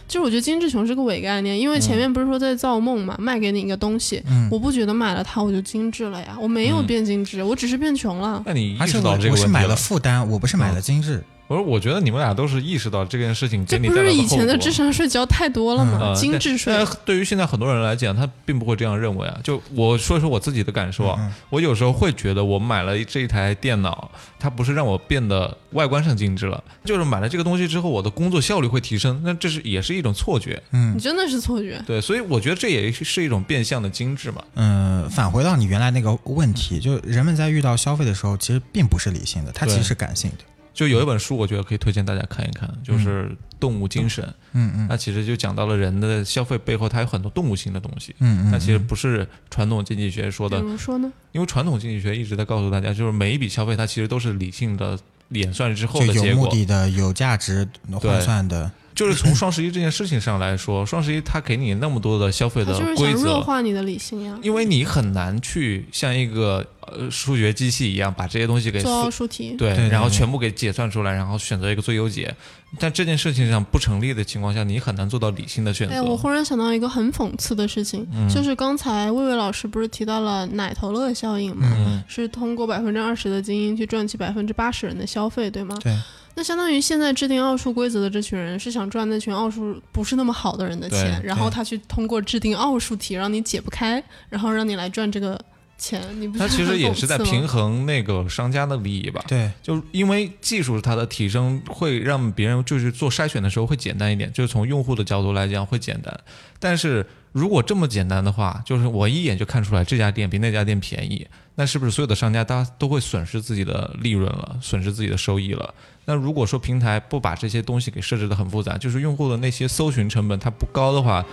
Speaker 1: 就是我觉得精致穷是个伪概念，因为
Speaker 3: 嗯
Speaker 1: 前面不是说在造梦嘛，卖给你一个东西，
Speaker 2: 嗯
Speaker 1: 我不觉得买了它我就精致了呀，
Speaker 3: 嗯
Speaker 1: 我没有变精致，我只是变穷了。
Speaker 3: 那你意
Speaker 2: 而且
Speaker 3: 识到
Speaker 2: 我
Speaker 3: 这
Speaker 2: 我
Speaker 3: 个问
Speaker 2: 是
Speaker 3: 题
Speaker 2: 买了
Speaker 3: 了，嗯
Speaker 2: 负担，我不是买了精致。
Speaker 3: 我说，我觉得你们俩都是意识到这件事情
Speaker 1: 这
Speaker 3: 给你
Speaker 1: 不
Speaker 3: 带来
Speaker 1: 是以
Speaker 3: 后
Speaker 1: 前的
Speaker 3: 果
Speaker 1: 智商税交太多了吗？
Speaker 3: 呃
Speaker 1: 精致税
Speaker 3: 但但对于现在很多人来讲，他并不会这样认为啊。就我说说我自己的感受啊，
Speaker 1: 嗯
Speaker 3: 我有时候会觉得我买了这一台电脑，它不是让我变得外观上精致了，就是买了这个东西之后，我的工作效率会提升，那这是也是一种错觉。
Speaker 2: 嗯
Speaker 1: 你真的是错觉。
Speaker 3: 对，所以我觉得这也是一种变相的精致嘛。
Speaker 2: 嗯，返回到你原来那个问题，就人们在遇到消费的时候，其实并不是理性的，它
Speaker 3: 对
Speaker 2: 其实是感性的。
Speaker 3: 就有一本书，我觉得可以推荐大家看一看，就是《动物精神》。
Speaker 2: 嗯嗯
Speaker 3: 那其实就讲到了人的消费背后，它有很多动物性的东西。
Speaker 2: 嗯嗯，
Speaker 3: 那其实不是传统经济学说
Speaker 1: 比
Speaker 3: 的
Speaker 1: 如说呢？
Speaker 3: 因为传统经济学一直在告诉大家，就是每一笔消费它其实都是理性的演算之后
Speaker 2: 就
Speaker 3: 的结
Speaker 2: 有目
Speaker 3: 果。
Speaker 2: 的的、有价值换算的，
Speaker 3: 就是从双十一这件事情上来说，双十一它给你那么多的消费
Speaker 1: 他
Speaker 3: 的
Speaker 1: 就是想
Speaker 3: 规
Speaker 1: 弱
Speaker 3: 则，
Speaker 1: 化你的理性呀，
Speaker 3: 因为你很难去像一个呃数学机器一样把这些东西给
Speaker 1: 做
Speaker 3: 算
Speaker 1: 奥数题。
Speaker 3: 对，
Speaker 2: 对对
Speaker 3: 然后
Speaker 2: 对
Speaker 3: 全部给解算出来，然后选择一个最优解。但这件事情上不成立的情况下，你很难做到理性的选
Speaker 1: 哎，我
Speaker 3: 择。
Speaker 1: 忽然想到一个很讽刺的事情，
Speaker 3: 嗯
Speaker 1: 就是刚才魏魏老师不是提到了奶头乐效应吗？
Speaker 3: 嗯，
Speaker 1: 是通过百分之二十的精英去赚取百分之八十人的消费，对吗？
Speaker 2: 对，
Speaker 1: 那相当于现在制定奥数规则的这群人是想赚那群奥数不是那么好的人的钱，
Speaker 3: 对
Speaker 1: 然后他去通过制定奥数题让你解不开，然后让你来赚这个钱，你不
Speaker 3: 它
Speaker 1: 觉得
Speaker 3: 其实
Speaker 1: 很
Speaker 3: 也
Speaker 1: 讽
Speaker 3: 是在
Speaker 1: 刺吗
Speaker 3: 平衡那个商家的利益吧。
Speaker 2: 对，
Speaker 3: 就因为技术它的提升，会让别人就是做筛选的时候会简单一点，就是从用户的角度来讲会简单。但是如果这么简单的话，就是我一眼就看出来这家店比那家店便宜，那是不是所有的商家他都会损失自己的利润了，损失自己的收益了？那如果说平台不把这些东西给设置得很复杂，就是用户的那些搜寻成本它不高的话。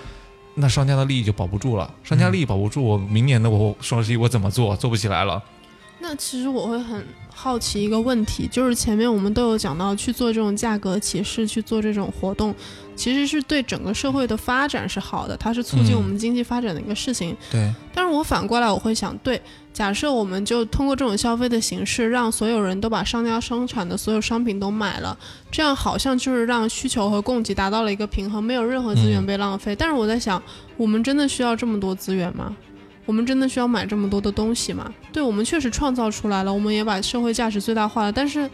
Speaker 3: 那商家的利益就保不住了，商家利益保不住，我明年的我双十一我怎么做？做不起来了。
Speaker 1: 那其实我会很好奇一个问题，就是前面我们都有讲到，去做这种价格歧视，去做这种活动，其实是对整个社会的发展是好的，它是促进
Speaker 3: 嗯
Speaker 1: 我们经济发展的一个事情。
Speaker 2: 对，
Speaker 1: 但是我反过来我会想，对，假设我们就通过这种消费的形式，让所有人都把商家生产的所有商品都买了，这样好像就是让需求和供给达到了一个平衡，没有任何资源
Speaker 3: 嗯
Speaker 1: 被浪费。但是我在想，我们真的需要这么多资源吗？我们真的需要买这么多的东西吗？对，我们确实创造出来了，我们也把社会价值最大化了，但是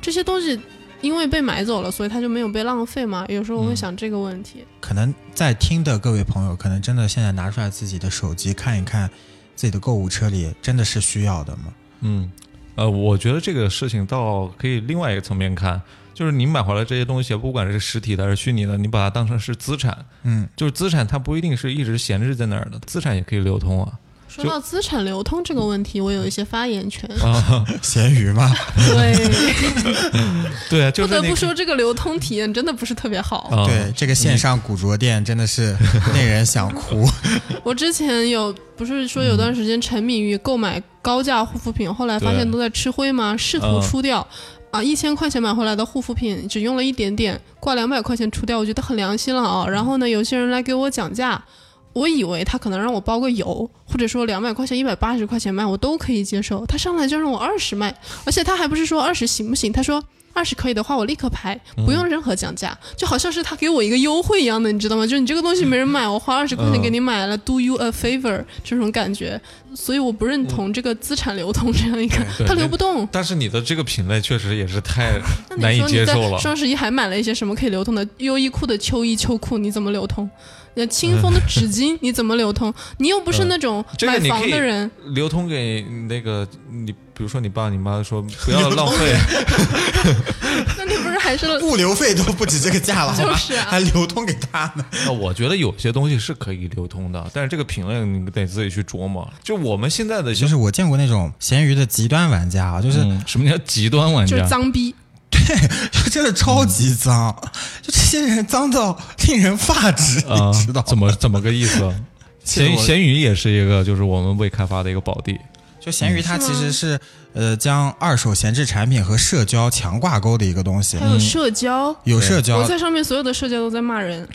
Speaker 1: 这些东西因为被买走了，所以它就没有被浪费嘛。有时候我会
Speaker 3: 嗯
Speaker 1: 想这个问题。
Speaker 2: 可能在听的各位朋友，可能真的现在拿出来自己的手机看一看，自己的购物车里真的是需要的吗？
Speaker 3: 嗯，呃，我觉得这个事情倒可以另外一个层面看，就是你买回来这些东西，不管是实体的还是虚拟的，你把它当成是资产，
Speaker 2: 嗯，
Speaker 3: 就是资产它不一定是一直闲置在那儿的，资产也可以流通啊。
Speaker 1: 说到资产流通这个问题，我有一些发言权。
Speaker 3: 啊，
Speaker 2: 咸鱼 吗？
Speaker 1: 对。
Speaker 3: 对啊，就
Speaker 1: 不
Speaker 3: 是
Speaker 1: 得
Speaker 3: 你
Speaker 1: 不说，这个嗯流通体验真的不是特别好。
Speaker 3: 啊，
Speaker 2: 对，这个线上古着店真的是令人想 哭。
Speaker 1: 我之前有不是说有段时间沉迷于购买高价护肤品，后来发现
Speaker 3: 嗯对
Speaker 1: 都在吃灰吗？试图
Speaker 3: 嗯
Speaker 1: 出掉。啊，一千块钱买回来的护肤品只用了一点点，挂两百块钱出掉，我觉得很良心了啊。然后呢，有些人来给我讲价，我以为他可能让我包个邮，或者说两百块钱、一百八十块钱卖，我都可以接受。他上来就让我二十卖，而且他还不是说二十行不行，他说二十可以的话，我立刻拍，
Speaker 3: 嗯
Speaker 1: 不用任何讲价，就好像是他给我一个优惠一样的，你知道吗？就是你这个东西没人买，
Speaker 3: 嗯
Speaker 1: 我花二十块钱给你买了、d o you a favor 这种感觉，所以我不认同这个资产流通这样一个，
Speaker 3: 嗯对
Speaker 1: 它流不动。
Speaker 3: 但是你的这个品类确实也是太
Speaker 1: 那
Speaker 3: 难
Speaker 1: 你
Speaker 3: 以
Speaker 1: 说
Speaker 3: 接
Speaker 1: 你在
Speaker 3: 受了。
Speaker 1: 双十一还买了一些什么可以流通的？优衣库的秋衣秋裤你怎么流通？ 那清风的纸巾你怎么流通？你又不是那种
Speaker 3: 嗯这个
Speaker 1: 买
Speaker 3: 你可
Speaker 1: 房
Speaker 3: 以
Speaker 1: 的人，
Speaker 3: 流通给那个你，比如说你爸你妈说不要 浪费，
Speaker 1: 那你不是 还是
Speaker 2: 物流费都不止这个价了，好吧
Speaker 1: 就是啊
Speaker 2: 还流通给他呢。
Speaker 3: 那我觉得有些东西是可以流通的，但是这个品类你得自己去琢磨。就我们现在的
Speaker 2: 就是我见过那种咸鱼的极端玩家啊，就是
Speaker 3: 嗯什么叫极端玩
Speaker 1: 就是
Speaker 3: 家？
Speaker 1: 脏逼？
Speaker 2: 真的超级脏，
Speaker 3: 嗯
Speaker 2: 就这些人脏到令人发指，
Speaker 3: 啊
Speaker 2: 你知道吗？
Speaker 3: 怎么怎么个意思？啊
Speaker 2: 其实
Speaker 3: 咸
Speaker 2: 我
Speaker 3: 咸鱼也是一个，就是我们未开发的一个宝地。
Speaker 2: 就闲鱼，它
Speaker 1: 嗯是吗
Speaker 2: 其实是呃将二手闲置产品和社交强挂钩的一个东西嗯
Speaker 1: 还。有
Speaker 3: 嗯
Speaker 1: 社交，
Speaker 2: 有
Speaker 1: 嗯
Speaker 2: 社
Speaker 1: 我
Speaker 2: 交，
Speaker 1: 在上面所有的社交都在骂人，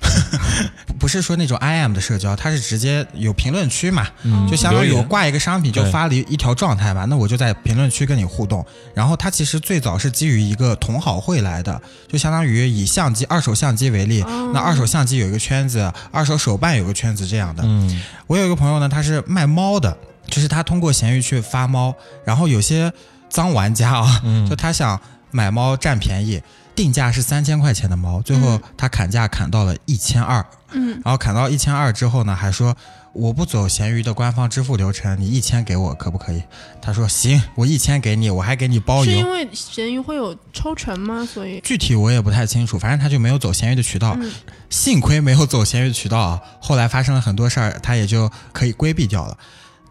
Speaker 2: 不是说那种 I am 的社交，它是直接有评论区嘛，
Speaker 3: 嗯
Speaker 2: 就相当于
Speaker 3: 留
Speaker 2: 我
Speaker 3: 言
Speaker 2: 挂一个商品就
Speaker 3: 对
Speaker 2: 发了一一条状态吧，那我就在评论区跟你互动。然后它其实最早是基于一个同好会来的，就相当于以相机二手相机为例，
Speaker 1: 哦
Speaker 2: 那二手相机有一个圈子，二手手办有个圈子这样的。
Speaker 3: 嗯
Speaker 2: 我有一个朋友呢，他是卖猫的，就是他通过闲鱼去发猫，然后有些脏玩家啊，就他想买猫占便宜，定价是三千块钱的猫，最后他砍价砍到了一千二，
Speaker 1: 嗯，
Speaker 2: 然后砍到一千二之后呢，还说我不走闲鱼的官方支付流程，你一千给我可不可以？他说行，我一千给你，我还给你包
Speaker 1: 是
Speaker 2: 邮
Speaker 1: 因。为闲鱼会有抽成吗？所以，
Speaker 2: 具体我也不太清楚，反正他就没有走闲鱼的渠道，
Speaker 1: 嗯
Speaker 2: 幸亏没有走闲鱼的渠道啊。后来发生了很多事儿，他也就可以规避掉了。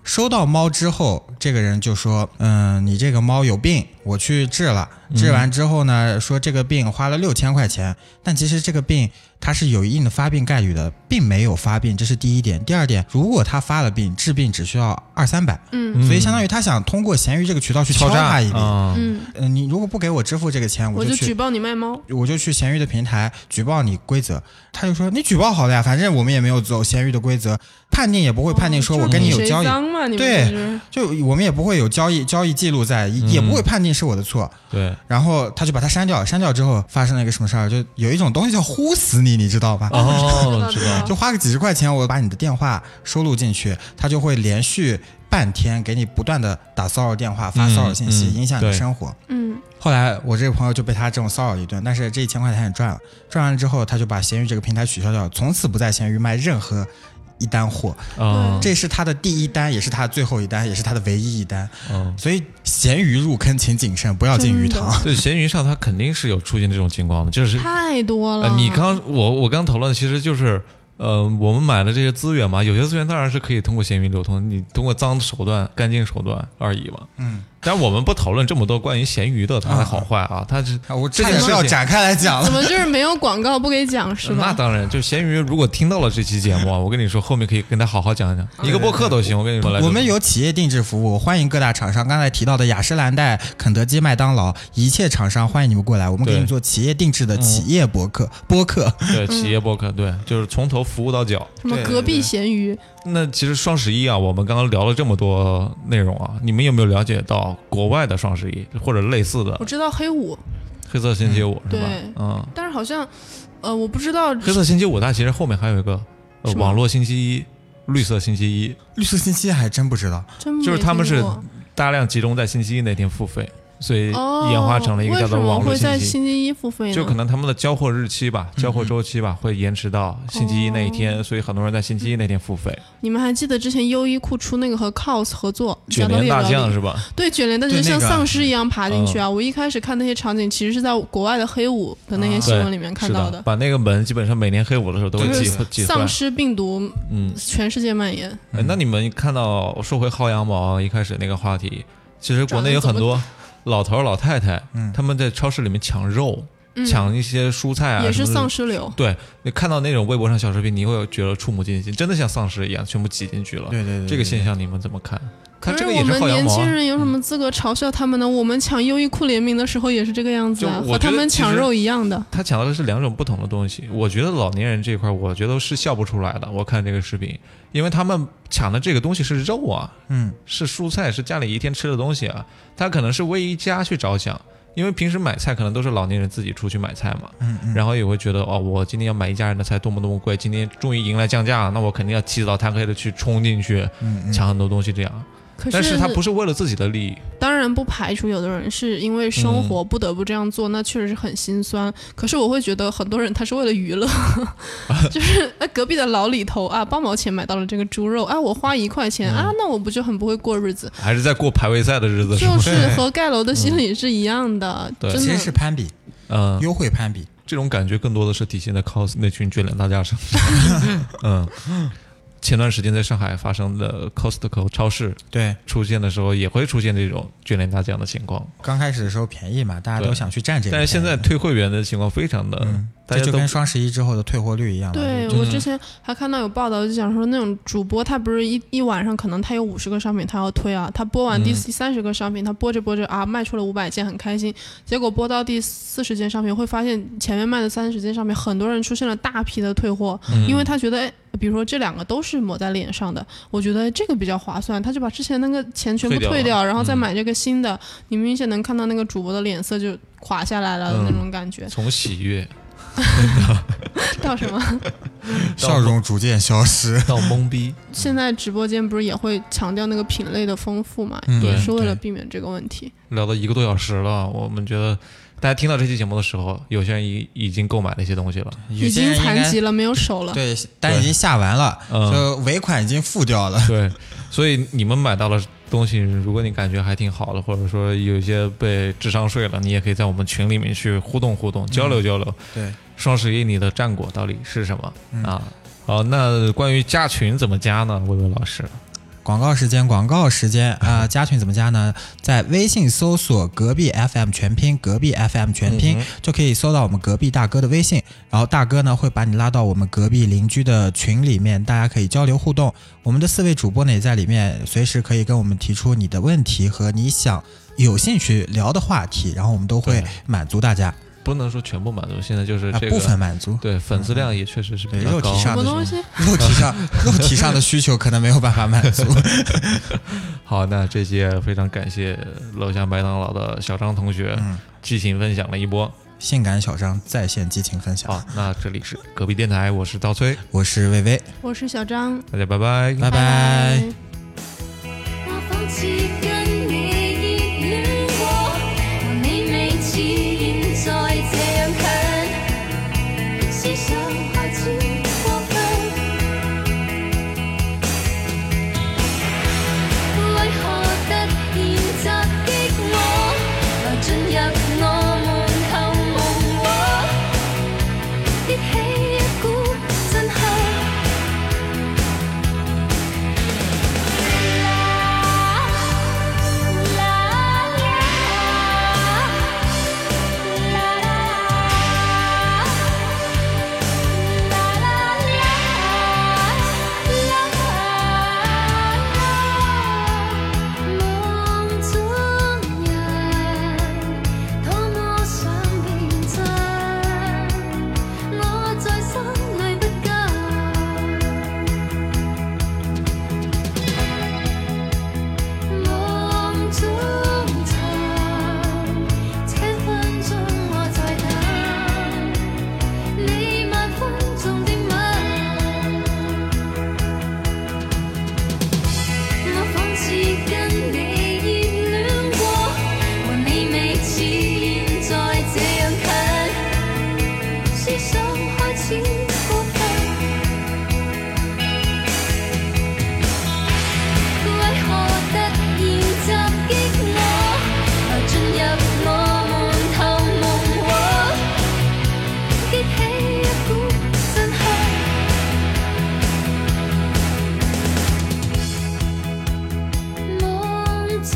Speaker 2: 收到猫之后，这个人就说：“嗯，你这个猫有病，我去治了。治完之后呢，说这个病花了六千块钱，但其实这个病它是有一定的发病概率的，并没有发病，这是第一点。第二点，如果他发了病，治病只需要二三百，
Speaker 1: 嗯
Speaker 3: 嗯
Speaker 2: 所以相当于他想通过闲鱼这个渠道去敲
Speaker 3: 诈
Speaker 2: 诈一笔。
Speaker 3: 啊
Speaker 1: 嗯，
Speaker 2: 嗯、你如果不给我支付这个钱，
Speaker 1: 我
Speaker 2: 就
Speaker 1: 就
Speaker 2: 去
Speaker 1: 举报你卖猫。
Speaker 2: 我就去闲鱼的平台举报你规则，他就说你举报好了呀，反正我们也没有走闲鱼的规则，判定也不会判定说我跟你有交易，
Speaker 1: 哦谁脏嘛？你们
Speaker 2: 对
Speaker 1: 就是嗯
Speaker 2: 就我们也不会有交易交易记录在，
Speaker 3: 嗯
Speaker 2: 也不会判定是我的错。
Speaker 3: 对
Speaker 2: 然后他就把它删掉，删掉之后发生了一个什么事儿，就有一种东西叫呼死你，你知道吧？
Speaker 3: 哦，
Speaker 1: 知
Speaker 3: 知
Speaker 1: 道
Speaker 3: 道
Speaker 1: 了
Speaker 2: 就花个几十块钱，我把你的电话收录进去，他就会连续半天给你不断的打骚扰电话、发骚扰信息，
Speaker 3: 嗯嗯
Speaker 2: 影响你的
Speaker 3: 对
Speaker 2: 生活。
Speaker 1: 嗯，
Speaker 2: 后来我这个朋友就被他这种骚扰一顿，但是这一千块钱也赚了，赚完了之后他就把闲鱼这个平台取消掉，从此不在闲鱼卖任何一单货。
Speaker 3: 啊，
Speaker 2: 这是他的第一单，也是他的最后一单，也是他的唯一一单。
Speaker 3: 嗯，
Speaker 2: 所以闲鱼入坑请谨慎，不要进鱼塘。
Speaker 3: 对，闲鱼上它肯定是有出现这种情况的，就是
Speaker 1: 太多了。
Speaker 3: 呃，你刚我我刚讨论的其实就是，呃，我们买的这些资源嘛，有些资源当然是可以通过闲鱼流通，你通过脏手段、干净手段而已嘛。
Speaker 2: 嗯，
Speaker 3: 但我们不讨论这么多关于闲鱼的它的
Speaker 2: 啊
Speaker 3: 好坏啊，它是
Speaker 2: 啊我
Speaker 3: 这
Speaker 2: 差
Speaker 3: 件
Speaker 2: 点
Speaker 3: 事
Speaker 2: 是要
Speaker 3: 情。
Speaker 2: 展开来讲
Speaker 1: 怎
Speaker 2: 了。
Speaker 1: 么就是没有广告不给讲是
Speaker 3: 呃那
Speaker 1: 吧？
Speaker 3: 当然，就闲鱼如果听到了这期节目 啊，我跟你说，后面可以跟他好好讲一讲，一个播客都行。我跟你说，来
Speaker 2: 我们有企业定制服务，欢迎各大厂商。刚才提到的雅诗兰黛、肯德基、麦当劳，一切厂商欢迎你们过来，我们给
Speaker 3: 对
Speaker 2: 你做企业定制的企业博客、播客。
Speaker 1: 嗯
Speaker 3: 对企业播客，对，就是从头服务到脚。
Speaker 1: 什么
Speaker 2: 对
Speaker 1: 隔
Speaker 2: 对
Speaker 1: 壁
Speaker 2: 对
Speaker 1: 咸鱼？
Speaker 3: 那其实双十一啊，我们刚刚聊了这么多内容啊，你们有没有了解到国外的双十一或者类似的
Speaker 1: 我知道黑五，
Speaker 3: 黑色星期五、是吧
Speaker 1: 对？
Speaker 3: 嗯，
Speaker 1: 但是好像，呃，我不知道
Speaker 3: 黑色星期五它其实后面还有一个、呃、
Speaker 1: 是吗
Speaker 3: 网络星期一、绿色星期一，
Speaker 2: 绿色信息还真不知道。
Speaker 1: 真
Speaker 3: 就是
Speaker 1: 没
Speaker 3: 他们
Speaker 1: 听
Speaker 3: 是
Speaker 1: 过
Speaker 3: 大量集中在星期一那天付费，所以
Speaker 1: 哦，
Speaker 3: 演化成了一个叫做网络
Speaker 1: 为什么会在
Speaker 3: 星期一。
Speaker 1: 星期一付费呢？
Speaker 3: 就可能他们的交货日期
Speaker 1: 嗯
Speaker 3: 吧，交货周期吧，会延迟到星期一那一
Speaker 1: 哦
Speaker 3: 天，所以很多人在星期一那天付费。
Speaker 1: 你们还记得之前优衣库出那个和 COS 合作
Speaker 3: 卷帘大将是吧？
Speaker 1: 对卷帘大将
Speaker 2: 对那
Speaker 1: 像
Speaker 2: 个
Speaker 1: 丧尸一样爬进去啊！
Speaker 3: 嗯
Speaker 1: 我一开始看那些场景，其实是在国外的黑五的那些
Speaker 2: 啊
Speaker 1: 新闻
Speaker 3: 对
Speaker 1: 里面看
Speaker 3: 是
Speaker 1: 到
Speaker 3: 的，把那个门基本上每年黑五的时候都会
Speaker 1: 就是
Speaker 3: 寄寄出来
Speaker 1: 丧。尸嗯病毒
Speaker 3: 嗯，
Speaker 1: 全世界蔓延，
Speaker 3: 哎那你们看到说回薅羊毛一开始那个话题，其实国
Speaker 1: 嗯
Speaker 3: 内有很多老头儿老太太，
Speaker 2: 嗯
Speaker 3: 他们在超市里面抢肉，
Speaker 1: 嗯，
Speaker 3: 抢一些蔬菜啊，
Speaker 1: 也是丧
Speaker 3: 尸。
Speaker 1: 尸流。
Speaker 3: 对你看到那种微博上小视频，你会觉得触目惊心，真的像丧尸一样，全部挤进去了。
Speaker 2: 对对对，
Speaker 3: 哦这个
Speaker 2: 对
Speaker 3: 现象你们怎么看？看
Speaker 1: 可是
Speaker 3: 这个
Speaker 1: 我
Speaker 3: 也是
Speaker 1: 们
Speaker 3: 薅羊
Speaker 1: 年
Speaker 3: 毛
Speaker 1: 轻
Speaker 3: 啊。
Speaker 1: 人有什么资格嘲笑他们呢？我们抢优衣库联名的时候也是这个样子啊，
Speaker 3: 就我
Speaker 1: 和他
Speaker 3: 觉得
Speaker 1: 们
Speaker 3: 其实
Speaker 1: 抢肉一样的。
Speaker 3: 他抢到的是两种不同的东西，我觉得老年人这一块，我觉得是笑不出来的。我看这个视频，因为他们抢的这个东西是肉啊，
Speaker 2: 嗯，
Speaker 3: 是蔬菜，是家里一天吃的东西啊。他可能是为一家去着想，因为平时买菜可能都是老年人自己出去买菜嘛，
Speaker 2: 嗯嗯，
Speaker 3: 然后也会觉得哦，我今天要买一家人的菜多么多么贵，今天终于迎来降价了，那我肯定要起早贪黑的去冲进去
Speaker 2: 嗯嗯
Speaker 3: 抢很多东西这样。
Speaker 1: 可
Speaker 3: 但是
Speaker 1: 是
Speaker 3: 他不是为了自己的利益，
Speaker 1: 当然不排除有的人是因为生活
Speaker 3: 嗯
Speaker 1: 不得不这样做，那确实是很心酸。可是我会觉得很多人他是为了娱乐， 就是哎隔壁的老李头啊，八毛钱买到了这个猪肉，啊，我花一块钱、啊，那我不就很不会过日子？
Speaker 3: 还是在过排位赛的日子嗯是吗
Speaker 1: 就？ 是和盖楼的心理是一样的，
Speaker 3: 对
Speaker 1: 真
Speaker 2: 其
Speaker 1: 的
Speaker 2: 实是攀比，
Speaker 3: 嗯，
Speaker 2: 优惠攀比。
Speaker 3: 这种感觉更多的是体现在 cos 那群卷帘大家上。嗯，前段时间在上海发生的 Costco 超市
Speaker 2: 对，
Speaker 3: 出现的时候，也会出现这种卷帘大将的情况。
Speaker 2: 刚开始的时候便宜嘛，大家
Speaker 3: 对
Speaker 2: 都想去占这个便
Speaker 3: 但
Speaker 2: 宜。
Speaker 3: 是现在退会员的情况非常的，
Speaker 2: 嗯，
Speaker 3: 大
Speaker 2: 这
Speaker 3: 家
Speaker 2: 就
Speaker 3: 都
Speaker 2: 跟双十一之后的退货率一
Speaker 3: 啊
Speaker 2: 样嘛。
Speaker 1: 对
Speaker 2: 就
Speaker 1: 我之前还看到有报道，就讲说那种主播他不是一一晚上可能他有五十个商品他要推啊，他播完第
Speaker 3: 嗯
Speaker 1: 第三十个商品，他播着播着啊卖出了五百件，很开心。结果播到第四十件商品，会发现前面卖的三十件商品，很多人出现了大批的退货，
Speaker 3: 嗯
Speaker 1: 因为他觉得哎，比如说这两个都是抹在脸上的，我觉得这个比较划算，他就把之前那个钱全部
Speaker 3: 退掉
Speaker 1: 退掉，
Speaker 3: 了
Speaker 1: 然后再
Speaker 3: 嗯
Speaker 1: 买这个新的。你明显能看到那个主播的脸色就垮下来了的那
Speaker 3: 嗯
Speaker 1: 种感觉，
Speaker 3: 从喜悦
Speaker 1: 到什么？
Speaker 2: 笑容逐渐消失。
Speaker 3: 到懵逼，
Speaker 1: 现在直播间不是也会强调那个品类的丰富嘛，
Speaker 2: 嗯
Speaker 1: 也是为了
Speaker 2: 对
Speaker 1: 避免这个问题。
Speaker 3: 聊到一个多小时了，我们觉得大家听到这期节目的时候，有些人已已经购买了一些东西了。
Speaker 2: 有
Speaker 1: 已
Speaker 2: 些
Speaker 1: 经
Speaker 2: 人应
Speaker 1: 残
Speaker 2: 该
Speaker 1: 疾了，没有手了。
Speaker 2: 对，单已经下完了，
Speaker 3: 嗯
Speaker 2: 就尾款已经付掉了。
Speaker 3: 对，所以你们买到了东西，如果你感觉还挺好的，或者说有一些被智商税了，你也可以在我们群里面去互动互动，交流
Speaker 2: 嗯
Speaker 3: 交流。
Speaker 2: 对，
Speaker 3: 双十一你的战果到底是什么、
Speaker 2: 嗯
Speaker 3: 啊？好，那关于加群怎么加呢？薇薇老师，
Speaker 2: 广告时间，广告时间啊、 加群怎么加呢？在微信搜索“隔壁 FM 全拼”，隔壁 FM 全
Speaker 3: 嗯
Speaker 2: 拼、就可以搜到我们隔壁大哥的微信，然后大哥呢会把你拉到我们隔壁邻居的群里面，大家可以交流互动。我们的四位主播呢也在里面，随时可以跟我们提出你的问题和你想有兴趣聊的话题，然后我们都会
Speaker 3: 对
Speaker 2: 满足大家啊、
Speaker 3: 不能说全部满足，现在就是嗯这个、
Speaker 2: 部分满足。
Speaker 3: 对粉丝量也确实是比
Speaker 2: 对
Speaker 3: 较
Speaker 2: 肉体
Speaker 3: 高。
Speaker 2: 上
Speaker 1: 什么
Speaker 2: 的
Speaker 1: 东西？
Speaker 2: 肉体上肉体上的需求可能没有办法满 足。
Speaker 3: 好，那这期也非常感谢楼下麦当劳的小张同学、
Speaker 2: 嗯，
Speaker 3: 激情分享了一波。
Speaker 2: 性感小张在线激情分享，
Speaker 3: 好，那这里是隔壁电台，我是刀崔，
Speaker 2: 我是薇薇。
Speaker 1: 我是小张，
Speaker 3: 大家拜拜。
Speaker 2: 拜拜
Speaker 1: 拜
Speaker 4: 我仿似跟你熱戀過，和你未似現在這樣近，思想開始過分。為何突然襲擊我，來進入我門後夢話，激起一股震撼。夢中人，多麼想認真，我在心裏不夠。夢中尋，這分鐘我在等你萬分鐘的吻。我仿似跟你熱戀過，和你未似現在這樣近，思想開始過分。為何突然襲擊我，來進入我門後夢話，激起一股震撼。夢中